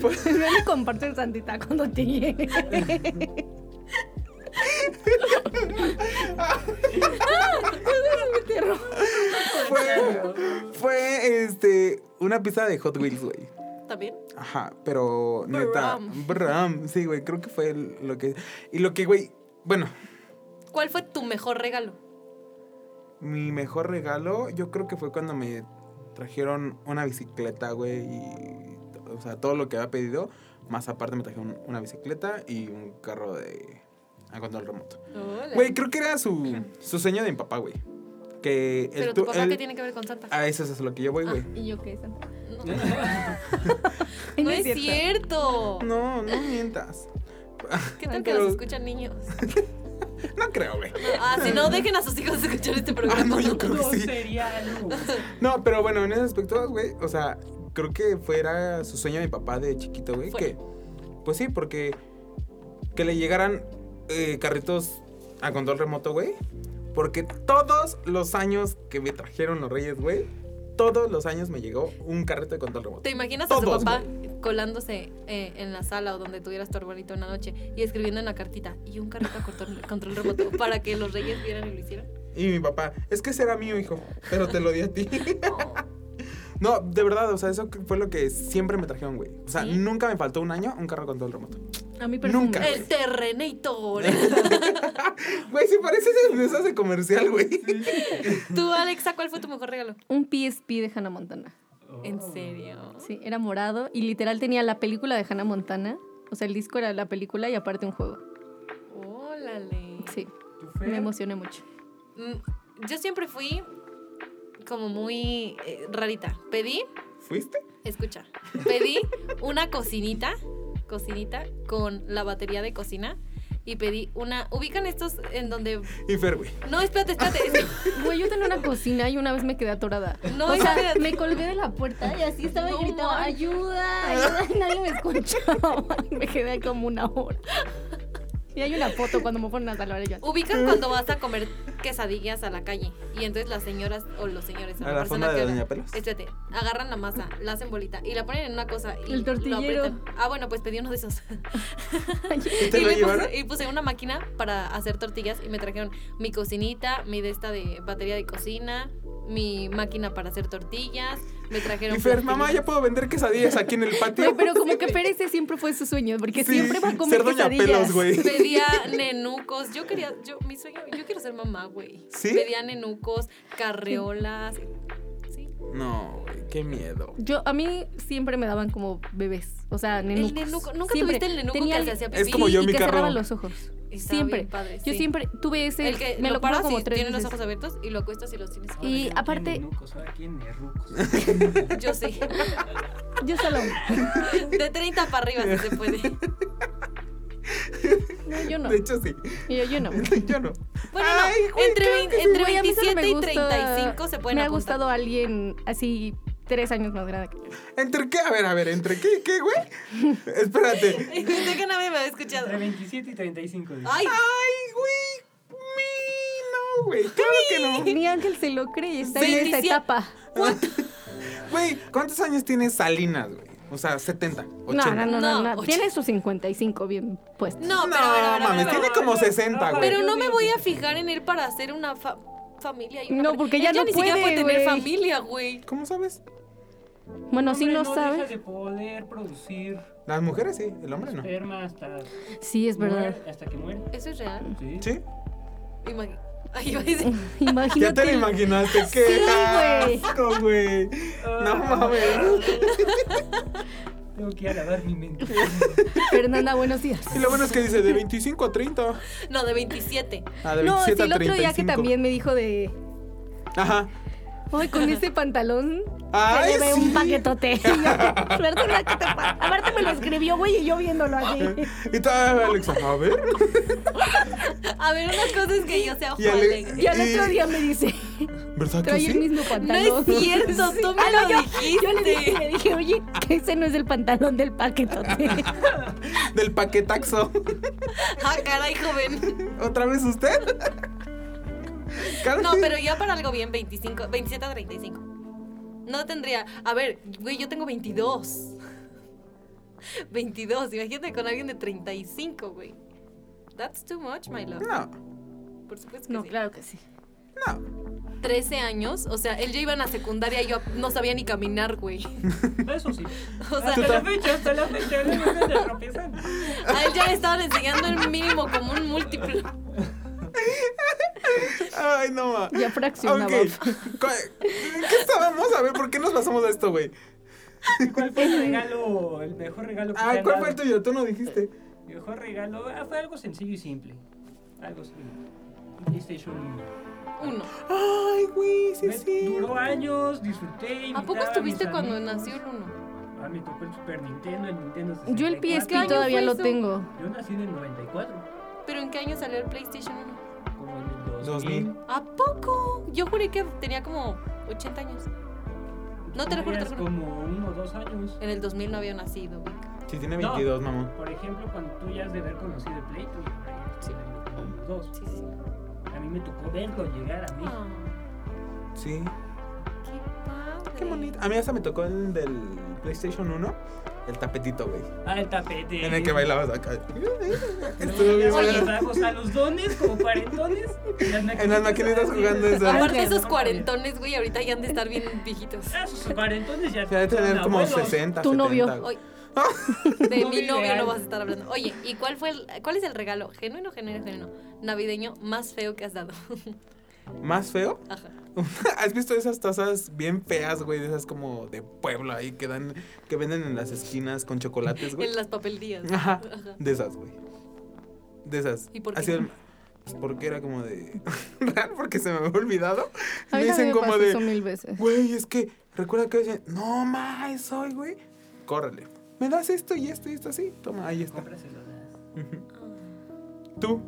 S5: Pues ven y comparte Santita cuando te llegue.
S2: fue, fue, este, una pista de Hot Wheels, güey.
S4: ¿También?
S2: Ajá, pero neta,
S4: Bram.
S2: Bram, sí, güey, creo que fue el- lo que... Y lo que, güey, bueno,
S4: ¿Cuál fue tu mejor regalo?
S2: mi mejor regalo yo creo que fue cuando me trajeron una bicicleta, güey, y, o sea, todo lo que había pedido, más aparte me trajeron una bicicleta y un carro de... a control remoto. Güey, creo que era su, su sueño de mi papá, güey. Que el
S4: Pero tu
S2: tu-
S4: papá,
S2: el- Ah,
S4: ¿qué tiene Ah. que ver con Santa?
S2: A eso es a lo que yo voy, güey.
S5: ¿Y yo qué, Santa?
S4: No,
S5: Ay,
S4: no es cierto.
S2: No, no mientas.
S4: ¿Qué tal
S5: Ay,
S4: que
S2: pero-
S4: los escuchan niños?
S2: No creo, güey.
S4: Ah, si no, dejen a sus hijos escuchar este programa.
S2: Ah, no, yo creo
S3: No
S2: que sí.
S3: sería algo.
S2: No, pero bueno, en ese aspecto, güey, o sea, creo que fuera su sueño de mi papá de chiquito, güey.
S4: Fue.
S2: Que, pues sí, porque que le llegaran eh, carritos a control remoto, güey. Porque todos los años que me trajeron los Reyes, güey, todos los años me llegó un carrete de control remoto.
S4: ¿Te imaginas a
S2: Todos,
S4: su papá colándose eh, en la sala o donde tuvieras tu arbolito en la noche y escribiendo en la cartita y un carrito a control, control remoto para que los reyes vieran y lo hicieran?
S2: Y mi papá, es que será mío, hijo, pero te lo di a ti.
S4: No.
S2: No, de verdad, o sea, eso fue lo que siempre me trajeron, güey. O sea,
S4: Sí.
S2: nunca me faltó un año un carro con control remoto.
S5: A mí perfume.
S2: Nunca.
S4: El Terrenator.
S2: Güey, si parece ese me hace comercial, güey.
S4: Tú, Alexa, ¿cuál fue tu mejor regalo?
S5: Un PSP de Hannah Montana.
S4: En serio.
S5: Sí, era morado y literal tenía la película de Hannah Montana. O sea, el disco era la película y aparte un juego.
S4: Órale.
S5: Sí,
S3: ¿Tú, Fer?
S5: me emocioné mucho.
S4: Mm, Yo siempre fui como muy eh, rarita. Pedí,
S2: ¿Fuiste?
S4: escucha, pedí una cocinita, cocinita con la batería de cocina y pedí una. Ubican estos en donde.
S2: Y Fer, güey.
S4: No, espérate, espérate. es que-
S5: Güey, yo tenía una cocina y una vez me quedé atorada.
S4: No,
S5: o sea,
S4: espérate.
S5: me colgué de la puerta y así estaba
S4: No
S5: y gritaba,
S4: manches.
S5: ayuda, ayuda, y nadie me escuchaba. Y me quedé ahí como una hora. Y hay una foto cuando me ponen a salvar yo. así.
S4: Ubican cuando vas a comer quesadillas a la calle y entonces las señoras o los señores
S2: A
S4: la
S2: la
S4: persona
S2: fonda de
S4: que-
S2: Doña Pelos.
S4: Espérate, agarran la masa, la hacen bolita y la ponen en una cosa y
S5: El
S4: lo
S5: tortillero.
S4: aprietan. Ah, bueno, pues pedí uno de esos.
S2: ¿Y te lo
S4: le puse-
S2: llevaron?
S4: y puse una máquina para hacer tortillas y me trajeron mi cocinita, mi de esta de batería de cocina, mi máquina para hacer tortillas, me trajeron...
S2: Y Fer,
S4: platillos.
S2: mamá, ya puedo vender quesadillas aquí en el
S5: Güey,
S2: patio.
S5: pero como que Pérez siempre fue su sueño, porque
S2: Sí,
S5: siempre va a comer
S2: ser Doña
S5: quesadillas.
S2: Pelos, güey.
S4: Pedía nenucos, yo quería, yo, mi sueño, yo quiero ser mamá, güey.
S2: ¿Sí?
S4: Pedía nenucos, carreolas, sí.
S2: No, güey, qué miedo.
S5: Yo, a mí siempre me daban como bebés, o sea, nenucos.
S4: El nenuco, ¿nunca
S5: Siempre.
S4: tuviste el nenuco
S5: Tenía
S4: que se hacía pipí?
S2: Es como yo
S5: y
S2: en mi
S5: que
S2: carro.
S5: cerraba los ojos.
S4: Está
S5: siempre.
S4: bien padre,
S5: Yo
S4: sí.
S5: siempre tuve ese.
S4: El que
S5: me lo,
S4: paras
S5: pago como
S4: y
S5: tres
S4: tiene los
S5: veces.
S4: ojos abiertos y lo acuestas y los tienes.
S3: Ahora
S5: Y
S3: ya no
S5: aparte-
S3: tiene nucos, ahora tiene rucos.
S4: Yo sé.
S5: Yo solo.
S4: De 30 para arriba si se puede.
S5: No, yo no.
S2: De hecho, sí.
S5: Y Yo, yo no.
S2: Yo no.
S4: Bueno,
S2: Ay,
S4: no,
S2: güey,
S4: entre,
S2: claro
S4: vein-
S2: que sí,
S4: entre
S5: Güey, a mí
S4: 27
S5: solo me
S4: y
S5: gusta-
S4: 35 se pueden
S5: Me ha
S4: apuntar.
S5: gustado alguien así tres años más grande que yo.
S2: ¿Entre qué? A ver, a ver, ¿entre qué? ¿Qué, güey? Espérate.
S4: Ay, Pensé que nadie me había escuchado.
S3: Entre 27 y 35. dice.
S4: Ay,
S5: Ah,
S2: Ay, güey. Mi, no, güey. Claro que no.
S5: Ni Ángel se lo cree, está en esta
S4: 27.
S5: etapa.
S2: Güey, ¿cuántos años tiene Salinas, güey? O sea, 70, 80.
S5: No, no, no,
S4: No,
S5: no, no.
S4: ocho.
S5: Tiene sus 55 bien puestos.
S4: no,
S2: No,
S4: pero a ver, a ver, a ver, a
S2: mames,
S4: ver.
S2: tiene como 60, güey.
S4: Pero no me voy a fijar en él para hacer una fa- familia. y una
S5: No,
S4: pareja.
S5: porque ya
S4: Él ya
S5: no
S4: ni siquiera
S5: puede,
S4: puede tener
S5: güey.
S4: familia, güey.
S2: ¿Cómo sabes?
S5: Bueno, sí
S3: Hombre,
S5: no,
S3: dejas
S5: sabe.
S3: de poder producir
S2: Las mujeres sí, el hombre no.
S3: esperma hasta,
S5: Sí, es verdad.
S3: muere- hasta que muere.
S4: Eso es real.
S3: Sí.
S2: ¿Sí?
S4: Imagi- Ay, iba a decir-
S5: Imagínate.
S2: Ya te lo imaginaste, qué
S5: Sí, güey. Ah.
S2: asco, güey. No mames.
S3: Tengo que ir a lavar mi mente.
S5: Fernanda, buenos días.
S2: Y lo bueno es que dice de 25 a 30.
S4: No, de 27.
S2: Ah, de
S5: No, sí,
S2: 27
S5: el
S2: a
S5: otro día que
S2: 35.
S5: también me dijo de.
S2: Ajá.
S5: Ay, con ese pantalón
S2: Ay,
S5: se le ve
S2: sí.
S5: un paquetote. Y yo, "Fernanda, ¿qué te pasa?". Aparte me lo escribió, güey, y yo viéndolo así.
S2: Y todavía Alexa, a ver.
S4: A ver, una cosa es que yo sea
S2: Y Ale-
S4: Juan.
S5: Y al otro día me dice,
S2: ¿Verdad Eh, que
S5: trae el
S2: sí?
S5: mismo
S4: No
S5: pantalón.
S4: es cierto, tú me
S5: Ah, no,
S4: lo
S5: yo,
S4: dijiste.
S5: yo le dije, le dije, oye, que ese no es el pantalón del paquetote.
S2: Del paquetaxo.
S4: Ah, caray, joven.
S2: ¿Otra vez usted? Claro
S4: No,
S2: que-
S4: pero ya para algo bien, 25, 27 a 35. No tendría. A ver, güey, yo tengo 22. 22, imagínate con alguien de 35, güey. That's too much, my love.
S2: No,
S4: Por supuesto que
S5: No,
S4: sí.
S5: claro que sí.
S2: no.
S4: 13 años, o sea, él ya iba en la secundaria y yo no sabía ni caminar, güey.
S3: Eso sí.
S4: O sea,
S3: hasta la fecha, hasta la fecha. No me dejes de tropezar.
S4: a él ya le estaban enseñando el mínimo como un múltiplo.
S2: Ay, no, ma.
S5: Ya fraccionaba.
S2: Ok. ¿Cu- ¿Qué estábamos? A ver, ¿por qué nos pasamos a esto, güey?
S3: ¿Cuál fue el regalo, el mejor regalo que
S2: Ah,
S3: te han
S2: ¿cuál fue el
S3: dado?
S2: tuyo? Tú no dijiste.
S3: Mi mejor regalo ah, fue algo sencillo y simple. Algo simple. Un PlayStation 1.
S4: Uno.
S2: Ay, güey, sí,
S3: Me-
S2: sí.
S3: Duró años, disfruté.
S4: ¿A poco
S3: invitaba
S4: estuviste
S3: mis
S4: cuando
S3: amigos.
S4: nació el uno?
S3: Ah, me tocó el Super Nintendo, el Nintendo 64.
S5: Yo el
S4: ¿Qué
S5: PSP
S4: año
S5: todavía
S4: fue
S5: lo
S4: eso?
S5: tengo.
S3: Yo nací en el 94,
S4: ¿Pero en qué año salió el PlayStation 1?
S3: como en el 2000.
S2: 2000.
S4: ¿A poco? Yo juré que tenía como 80 años. No te lo juro, te lo
S3: Tenías
S4: juro.
S3: como uno o dos años.
S4: En el 2000 no había nacido, güey.
S2: Sí, tiene
S3: No.
S2: 22, mamón.
S3: Por ejemplo, cuando tú ya has de haber conocido el Play, tú ya
S4: Sí.
S3: sí. dos.
S4: Sí, sí, sí.
S3: A a mí me tocó verlo llegar a mí.
S4: Ah,
S2: Sí.
S4: qué padre.
S2: Qué bonito. A mí hasta me tocó el del PlayStation 1, el tapetito, güey.
S3: Ah, el tapete.
S2: En el que bailabas acá. Estuvo bien
S3: Oye,
S2: bueno.
S3: vamos a los dones como cuarentones.
S2: En las maquinitas jugando eso.
S4: Aparte esos cuarentones, güey, ahorita ya han de estar bien viejitos.
S3: Esos cuarentones ya.
S2: Ya de
S3: son
S2: tener como
S3: abuelos.
S2: 60,
S5: Tu
S2: 70.
S5: novio.
S2: güey.
S4: Hoy- de
S3: No
S4: mi
S3: vive
S4: novio
S3: ahí.
S4: no vas a estar hablando. Oye, ¿y cuál fue el, cuál es el regalo genuino, genuino, genuino navideño más feo que has dado?
S2: ¿Más feo?
S4: Ajá.
S2: ¿Has visto esas tazas bien feas, güey? De esas como de pueblo ahí que dan, que venden en las esquinas con chocolates, güey.
S4: En las papelerías.
S2: Ajá.
S4: Ajá.
S2: De esas, güey. De esas.
S4: ¿Y por qué?
S2: Así el- pues porque era como de. Real, porque se me había olvidado.
S5: A
S2: Me
S5: mí también
S2: dicen
S5: me
S2: como
S5: pasó eso
S2: de.
S5: mil veces.
S2: Güey, es que. Recuerda que dicen, no más, soy, güey. Córrele. ¿Me das esto y esto y esto así? Toma, ahí está.
S3: Cómpraselo.
S4: Ah.
S2: Ujú. ¿Tú?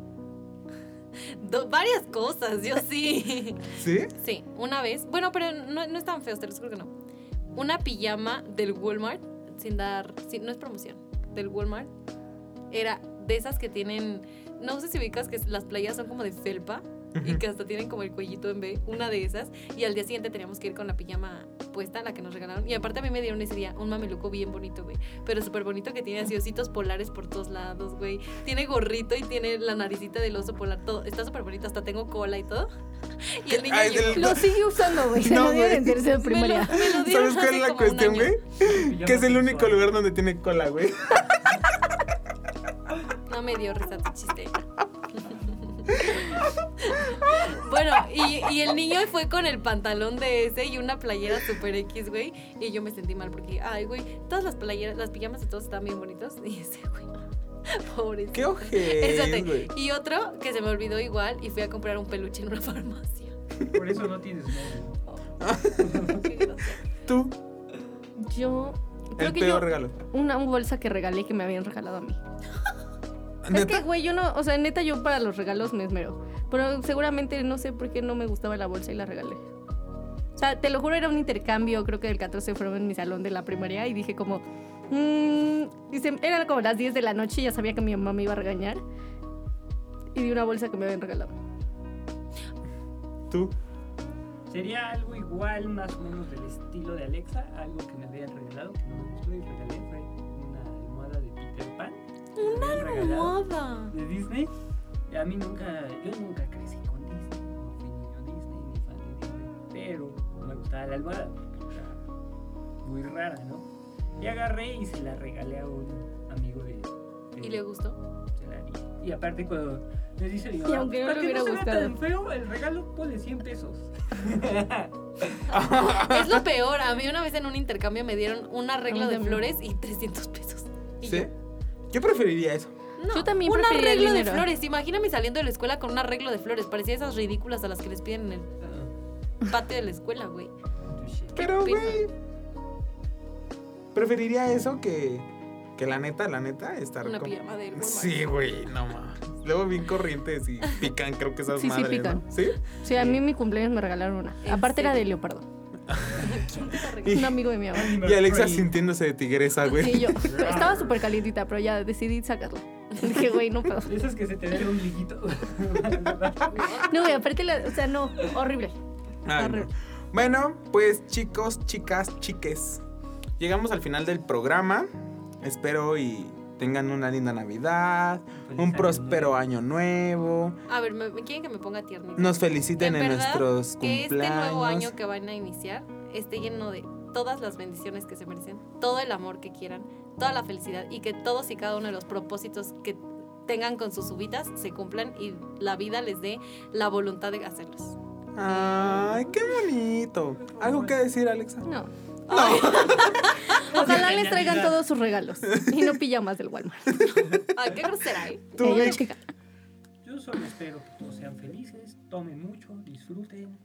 S4: Do- varias cosas, yo sí.
S2: ¿Sí?
S4: Sí, una vez. Bueno, pero no, no es tan feo, te lo juro que no. Una pijama del Walmart, sin dar. sin- no es promoción, del Walmart. Era de esas que tienen. No sé si ubicas que las playas son como de felpa y que hasta tienen como el cuellito en B, una de esas. Y al día siguiente teníamos que ir con la pijama puesta, la que nos regalaron. Y aparte a mí me dieron ese día un mameluco bien bonito, güey. Pero súper bonito que tiene así ositos polares por todos lados, güey. Tiene gorrito y tiene la naricita del oso polar. Todo. Está súper bonito, hasta tengo cola y todo. Y el niño
S2: Ay,
S4: llegó-
S2: del-
S5: Lo sigue usando, güey. Se
S2: No,
S5: lo dio
S2: güey.
S5: en tercero de
S4: me lo,
S5: primaria.
S4: me lo
S2: ¿Sabes
S4: dieron
S2: cuál
S4: hace
S2: es la
S4: como un
S2: cuestión,
S4: año.
S2: güey? Que es el único lugar donde tiene cola, güey.
S4: No me dio risa tu chiste. bueno, y, y el niño fue con el pantalón de ese y una playera super X, güey. Y yo me sentí mal porque, ay, güey, todas las playeras, las pijamas de todos estaban bien bonitos. Y ese, güey. Pobrecito.
S2: Qué ojete,
S4: Espérate.
S2: güey.
S4: Y otro que se me olvidó igual y fui a comprar un peluche en una farmacia.
S3: Por eso no tienes novio.
S4: Qué grosero.
S2: ¿Tú?
S5: Yo. Creo
S2: El
S5: que
S2: peor
S5: yo.
S2: regalo.
S5: Una un bolsa que regalé que me habían regalado a mí. Es que, güey, yo no. O sea, neta, yo para los regalos me esmero. Pero seguramente no sé por qué no me gustaba la bolsa y la regalé. O sea, te lo juro, era un intercambio. Creo que del 14 fueron en mi salón de la primaria y dije, como. mm, y se- eran como las 10 de la noche y ya sabía que mi mamá me iba a regañar. Y di una bolsa que me habían regalado.
S2: ¿Tú?
S3: Sería algo igual, más o menos del estilo de Alexa, algo que me habían regalado, que no me gustó y regalé, fue una almohada de Peter Pan. Una
S4: Moda.
S3: de Disney. Y A mí nunca, yo nunca crecí con Disney, no fui niño Disney, ni fan de Disney, pero no me gustaba la almohada, porque era muy rara, ¿no? Y agarré y se la regalé a un amigo de... de-
S4: ¿Y le gustó?
S3: se la di. Y aparte cuando me dice mi
S5: Y aunque no
S3: "Para
S5: le
S3: que
S5: hubiera
S3: se vea
S5: gustado".
S3: tan feo, el regalo pone 100 pesos.
S4: Es lo peor. A mí una vez en un intercambio me dieron una regla
S5: mí
S4: de
S5: también.
S4: flores y 300 pesos. Y yo,
S2: ¿Sí? Yo preferiría eso.
S4: No,
S5: Yo también
S4: un
S5: preferiría el
S4: arreglo de
S5: dinero.
S4: flores. Imagíname saliendo de la escuela con un arreglo de flores. Parecía esas ridículas a las que les piden en el patio de la escuela, güey.
S2: Pero,
S4: pena.
S2: güey. Preferiría eso que. Que la neta, la neta, estar
S4: Una
S2: como-
S4: pijama del Walmart.
S2: Sí, güey, no más. Luego bien corrientes y pican, creo que esas
S5: Sí, sí,
S2: madres.
S5: pican.
S2: ¿no? ¿Sí?
S5: Sí, a mí en mi cumpleaños me regalaron una.
S4: ¿En
S5: Aparte era
S4: serio?
S5: de leopardo.
S4: ¿Quién te la regaló?
S5: Un amigo de mi mamá.
S2: Y Alexa sintiéndose de tigresa,
S5: Sí,
S2: güey.
S5: yo.
S3: Ah.
S5: pero Estaba súper calientita, pero ya decidí sacarla. Dije, güey, no puedo.
S3: Esas que se te ve el ombliguito.
S5: No, güey, aparte, la- o sea, no, horrible.
S2: Ay, Ah, no. Bueno, pues chicos, chicas, chiques. Llegamos al final del programa. Espero y tengan una linda Navidad, un próspero año nuevo.
S4: A ver, me, me quieren que me ponga tiernita.
S2: Nos feliciten en,
S4: En verdad,
S2: nuestros
S4: que
S2: cumpleaños.
S4: este nuevo año que van a iniciar esté lleno de todas las bendiciones que se merecen, todo el amor que quieran, toda la felicidad y que todos y cada uno de los propósitos que tengan con sus ubitas se cumplan y la vida les dé la voluntad de hacerlos.
S2: Ay, qué bonito. ¿Algo que decir, Alexa?
S5: No.
S2: No.
S5: Ojalá les traigan todos sus regalos y no pijamas del Walmart.
S4: Ay, qué grosera, ¿eh?
S2: Tú,
S5: Ella
S2: Vic.
S5: es chica.
S3: Yo solo espero que todos sean felices, tomen mucho, disfruten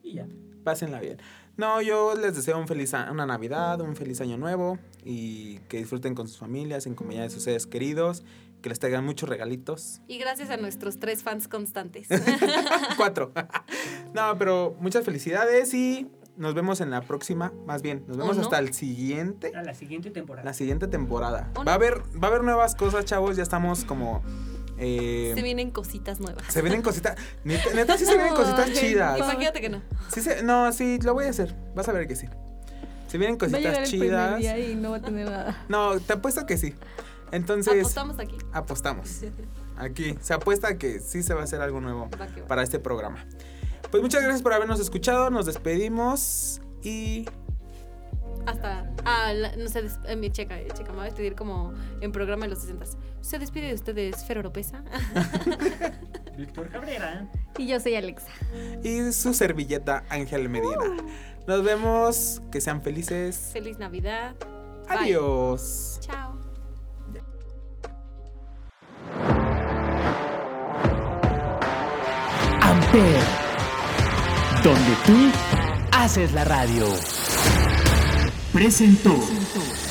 S3: y ya.
S2: Pásenla bien. No, yo les deseo un feliz a- una Navidad, un feliz año nuevo y que disfruten con sus familias, en compañía de sus seres queridos, que les traigan muchos regalitos.
S4: Y gracias a nuestros tres fans constantes.
S2: Cuatro. no, pero muchas felicidades y nos vemos en la próxima, más bien, nos vemos
S4: no?
S2: hasta el siguiente,
S3: A la siguiente temporada.
S2: la siguiente temporada.
S4: ¿O
S2: Va a
S4: no?
S2: haber va a haber nuevas cosas, chavos, ya estamos como Eh,
S4: Se vienen cositas nuevas.
S2: se vienen cositas. Neta, neta, sí se vienen cositas
S5: Ay,
S2: chidas.
S4: Imagínate que no.
S2: Ah, Sí se- no, sí, lo voy a hacer. Vas a ver que sí. Se vienen
S5: Va a llegar
S2: cositas
S5: el primer
S2: chidas.
S5: día y no va a tener nada.
S2: No, te apuesto que sí. Entonces,
S4: Apostamos aquí.
S2: apostamos. Aquí se apuesta que sí se va a hacer algo nuevo
S4: Va que va.
S2: para este programa. Pues muchas gracias por habernos escuchado. Nos despedimos y
S4: Hasta. Ah, la- no sé, des- eh, mi checa, eh, checa, me va a despedir como en programa de los 60. Se despide de ustedes, Fer Oropesa.
S3: Víctor Cabrera.
S5: Y yo soy Alexa.
S2: y su servilleta Ángel Medina. Nos vemos, que sean felices.
S4: Feliz Navidad. Bye.
S2: Adiós.
S4: Chao.
S1: Amper, donde tú haces la radio. Presentó.